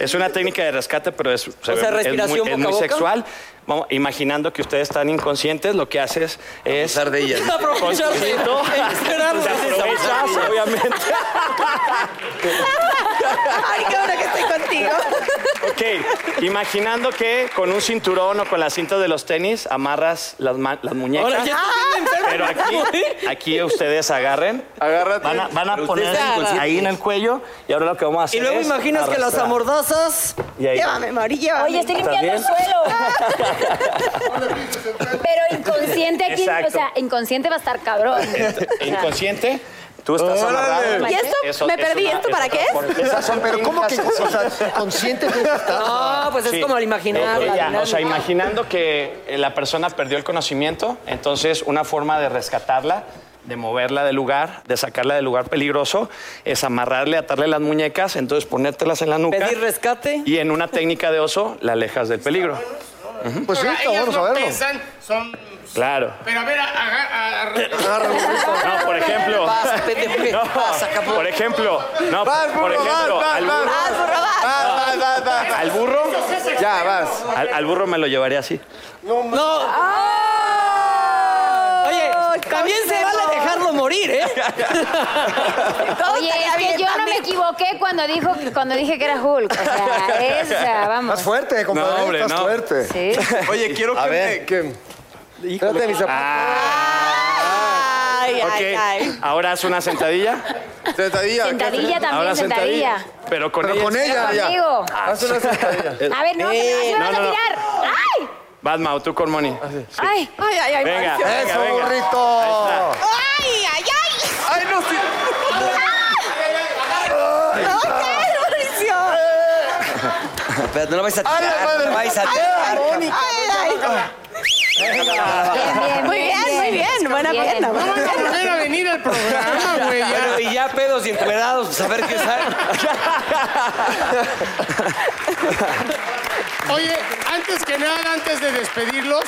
Speaker 10: Es una técnica de rescate, pero es, se ve-
Speaker 3: sea,
Speaker 10: es muy,
Speaker 3: respiración
Speaker 10: es
Speaker 3: boca a
Speaker 10: muy
Speaker 3: boca.
Speaker 10: sexual. Vamos, imaginando que ustedes están inconscientes, lo que haces es.
Speaker 5: Abusar de ella.
Speaker 3: Aprovecharse. Esperarlo.
Speaker 10: Te aprovechas, obviamente.
Speaker 9: Ay, qué bueno que estoy contigo.
Speaker 10: Ok, imaginando que con un cinturón o con las cintas de los tenis amarras las, ma- las muñecas.
Speaker 3: Ahora ya estoy bien enfermo.
Speaker 10: Pero aquí, aquí ustedes agarren.
Speaker 6: Agárrate.
Speaker 10: Van a, van a
Speaker 5: Pero
Speaker 10: poner
Speaker 5: ustedes están inconscientes.
Speaker 10: ahí en el cuello y ahora lo que vamos a hacer
Speaker 3: Y luego
Speaker 10: es
Speaker 3: imaginas que las
Speaker 10: arrastrar.
Speaker 3: amordazas.
Speaker 10: Y ahí.
Speaker 9: Llévame, Mari, llévame.
Speaker 8: Oye, estoy limpiando
Speaker 10: bien?
Speaker 8: el suelo. Pero inconsciente aquí,
Speaker 10: Exacto.
Speaker 8: o sea, inconsciente va a estar cabrón.
Speaker 10: Inconsciente, tú estás
Speaker 6: Órale.
Speaker 10: amarrado.
Speaker 9: ¿Y esto? ¿Me perdí? ¿Esto para qué es?
Speaker 10: Esas son
Speaker 7: Pero ¿cómo que
Speaker 10: técnicas-
Speaker 7: o sea, consciente de que está?
Speaker 3: No, pues
Speaker 10: Sí.
Speaker 3: es como al imaginar.
Speaker 10: Eh,
Speaker 3: la
Speaker 10: ella, o
Speaker 3: dinámica.
Speaker 10: sea, imaginando que eh, la persona perdió el conocimiento, entonces una forma de rescatarla, de moverla del lugar, de sacarla del lugar peligroso, es amarrarle, atarle las muñecas, entonces ponértelas en la nuca.
Speaker 3: Pedir rescate.
Speaker 10: Y en una técnica de oso, la alejas del peligro.
Speaker 7: Pues sí, vamos a verlo.
Speaker 4: son...
Speaker 10: Claro.
Speaker 4: Pero a ver,
Speaker 10: No, por ejemplo.
Speaker 3: Pasa, pendejo, ¿qué
Speaker 10: No,
Speaker 3: pasa, cabrón?
Speaker 10: por ejemplo. No,
Speaker 6: Vas,
Speaker 10: por
Speaker 6: burro,
Speaker 10: ejemplo,
Speaker 6: vas, vas,
Speaker 10: al burro,
Speaker 6: vas. Vas, vas, vas, vas.
Speaker 10: al burro,
Speaker 6: Ya, vas.
Speaker 10: al- al burro me lo llevaría así.
Speaker 3: No.
Speaker 6: Ah.
Speaker 3: Oye, también se vale dejarlo morir, ¿eh?
Speaker 8: Oye, es que yo no me equivoqué cuando dijo, cuando dije que era Hulk. O sea, es, o sea,
Speaker 7: Estás
Speaker 8: vamos.
Speaker 7: fuerte, compadre.
Speaker 10: No, hombre,
Speaker 7: estás
Speaker 10: no.
Speaker 7: fuerte.
Speaker 8: Sí.
Speaker 6: Oye, quiero
Speaker 5: A
Speaker 6: que
Speaker 5: ver.
Speaker 6: me... Que... Espérate, mis zapatos.
Speaker 8: Ah.
Speaker 9: Ay, ay, ay.
Speaker 10: Ok, ahora haz una sentadilla.
Speaker 6: Sentadilla.
Speaker 8: Sentadilla
Speaker 10: Ahora
Speaker 8: también,
Speaker 10: sentadilla.
Speaker 8: sentadilla.
Speaker 10: Pero con
Speaker 6: Pero
Speaker 10: ella.
Speaker 6: con ella, ya. Ah,
Speaker 8: Conmigo.
Speaker 6: Haz una sentadilla.
Speaker 8: A ver, no, que me- así
Speaker 10: Ah. no,
Speaker 8: me vas a
Speaker 10: no, no.
Speaker 8: tirar. ¡Ay!
Speaker 10: Vas, Mau, tú con Moni.
Speaker 6: Ah,
Speaker 8: ¡Ay!
Speaker 9: Ay, ay, ay.
Speaker 10: Venga, venga,
Speaker 7: Eso,
Speaker 10: venga.
Speaker 7: burrito.
Speaker 9: Ay, ay, ay.
Speaker 6: ¡Ay, no! Sí.
Speaker 5: Espérate, no la vais a
Speaker 6: ¡Ay, la
Speaker 5: tirar. No
Speaker 6: madre!
Speaker 5: la vais a tirar.
Speaker 9: Ay, ay, ay.
Speaker 8: Bien, bien,
Speaker 9: Muy bien, muy bien. Buena
Speaker 8: Bien.
Speaker 9: pierna. buena pierna.
Speaker 4: a venir al programa, güey.
Speaker 5: Bueno, y ya pedos y encuerados, pues a ver qué sale.
Speaker 4: Oye, antes que nada, antes de despedirlos,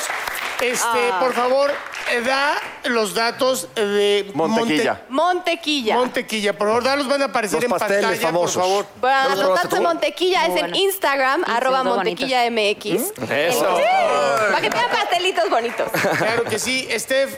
Speaker 4: este,
Speaker 9: Ah.
Speaker 4: por favor, eh, da los datos de
Speaker 6: Montequilla.
Speaker 9: Montequilla.
Speaker 4: Monte- Montequilla, por favor, da los van a aparecer
Speaker 7: Los
Speaker 4: en
Speaker 7: pasteles
Speaker 4: pantalla,
Speaker 7: famosos.
Speaker 4: por favor.
Speaker 9: Bueno, los
Speaker 7: probaste
Speaker 9: datos de
Speaker 7: tú?
Speaker 9: Montequilla es
Speaker 8: Muy
Speaker 9: en
Speaker 8: bueno.
Speaker 9: Instagram,
Speaker 8: Y
Speaker 9: arroba
Speaker 8: son
Speaker 9: Montequilla MX.
Speaker 10: Eso.
Speaker 9: Para que tengan pastelitos bonitos.
Speaker 4: Claro que sí, Steph.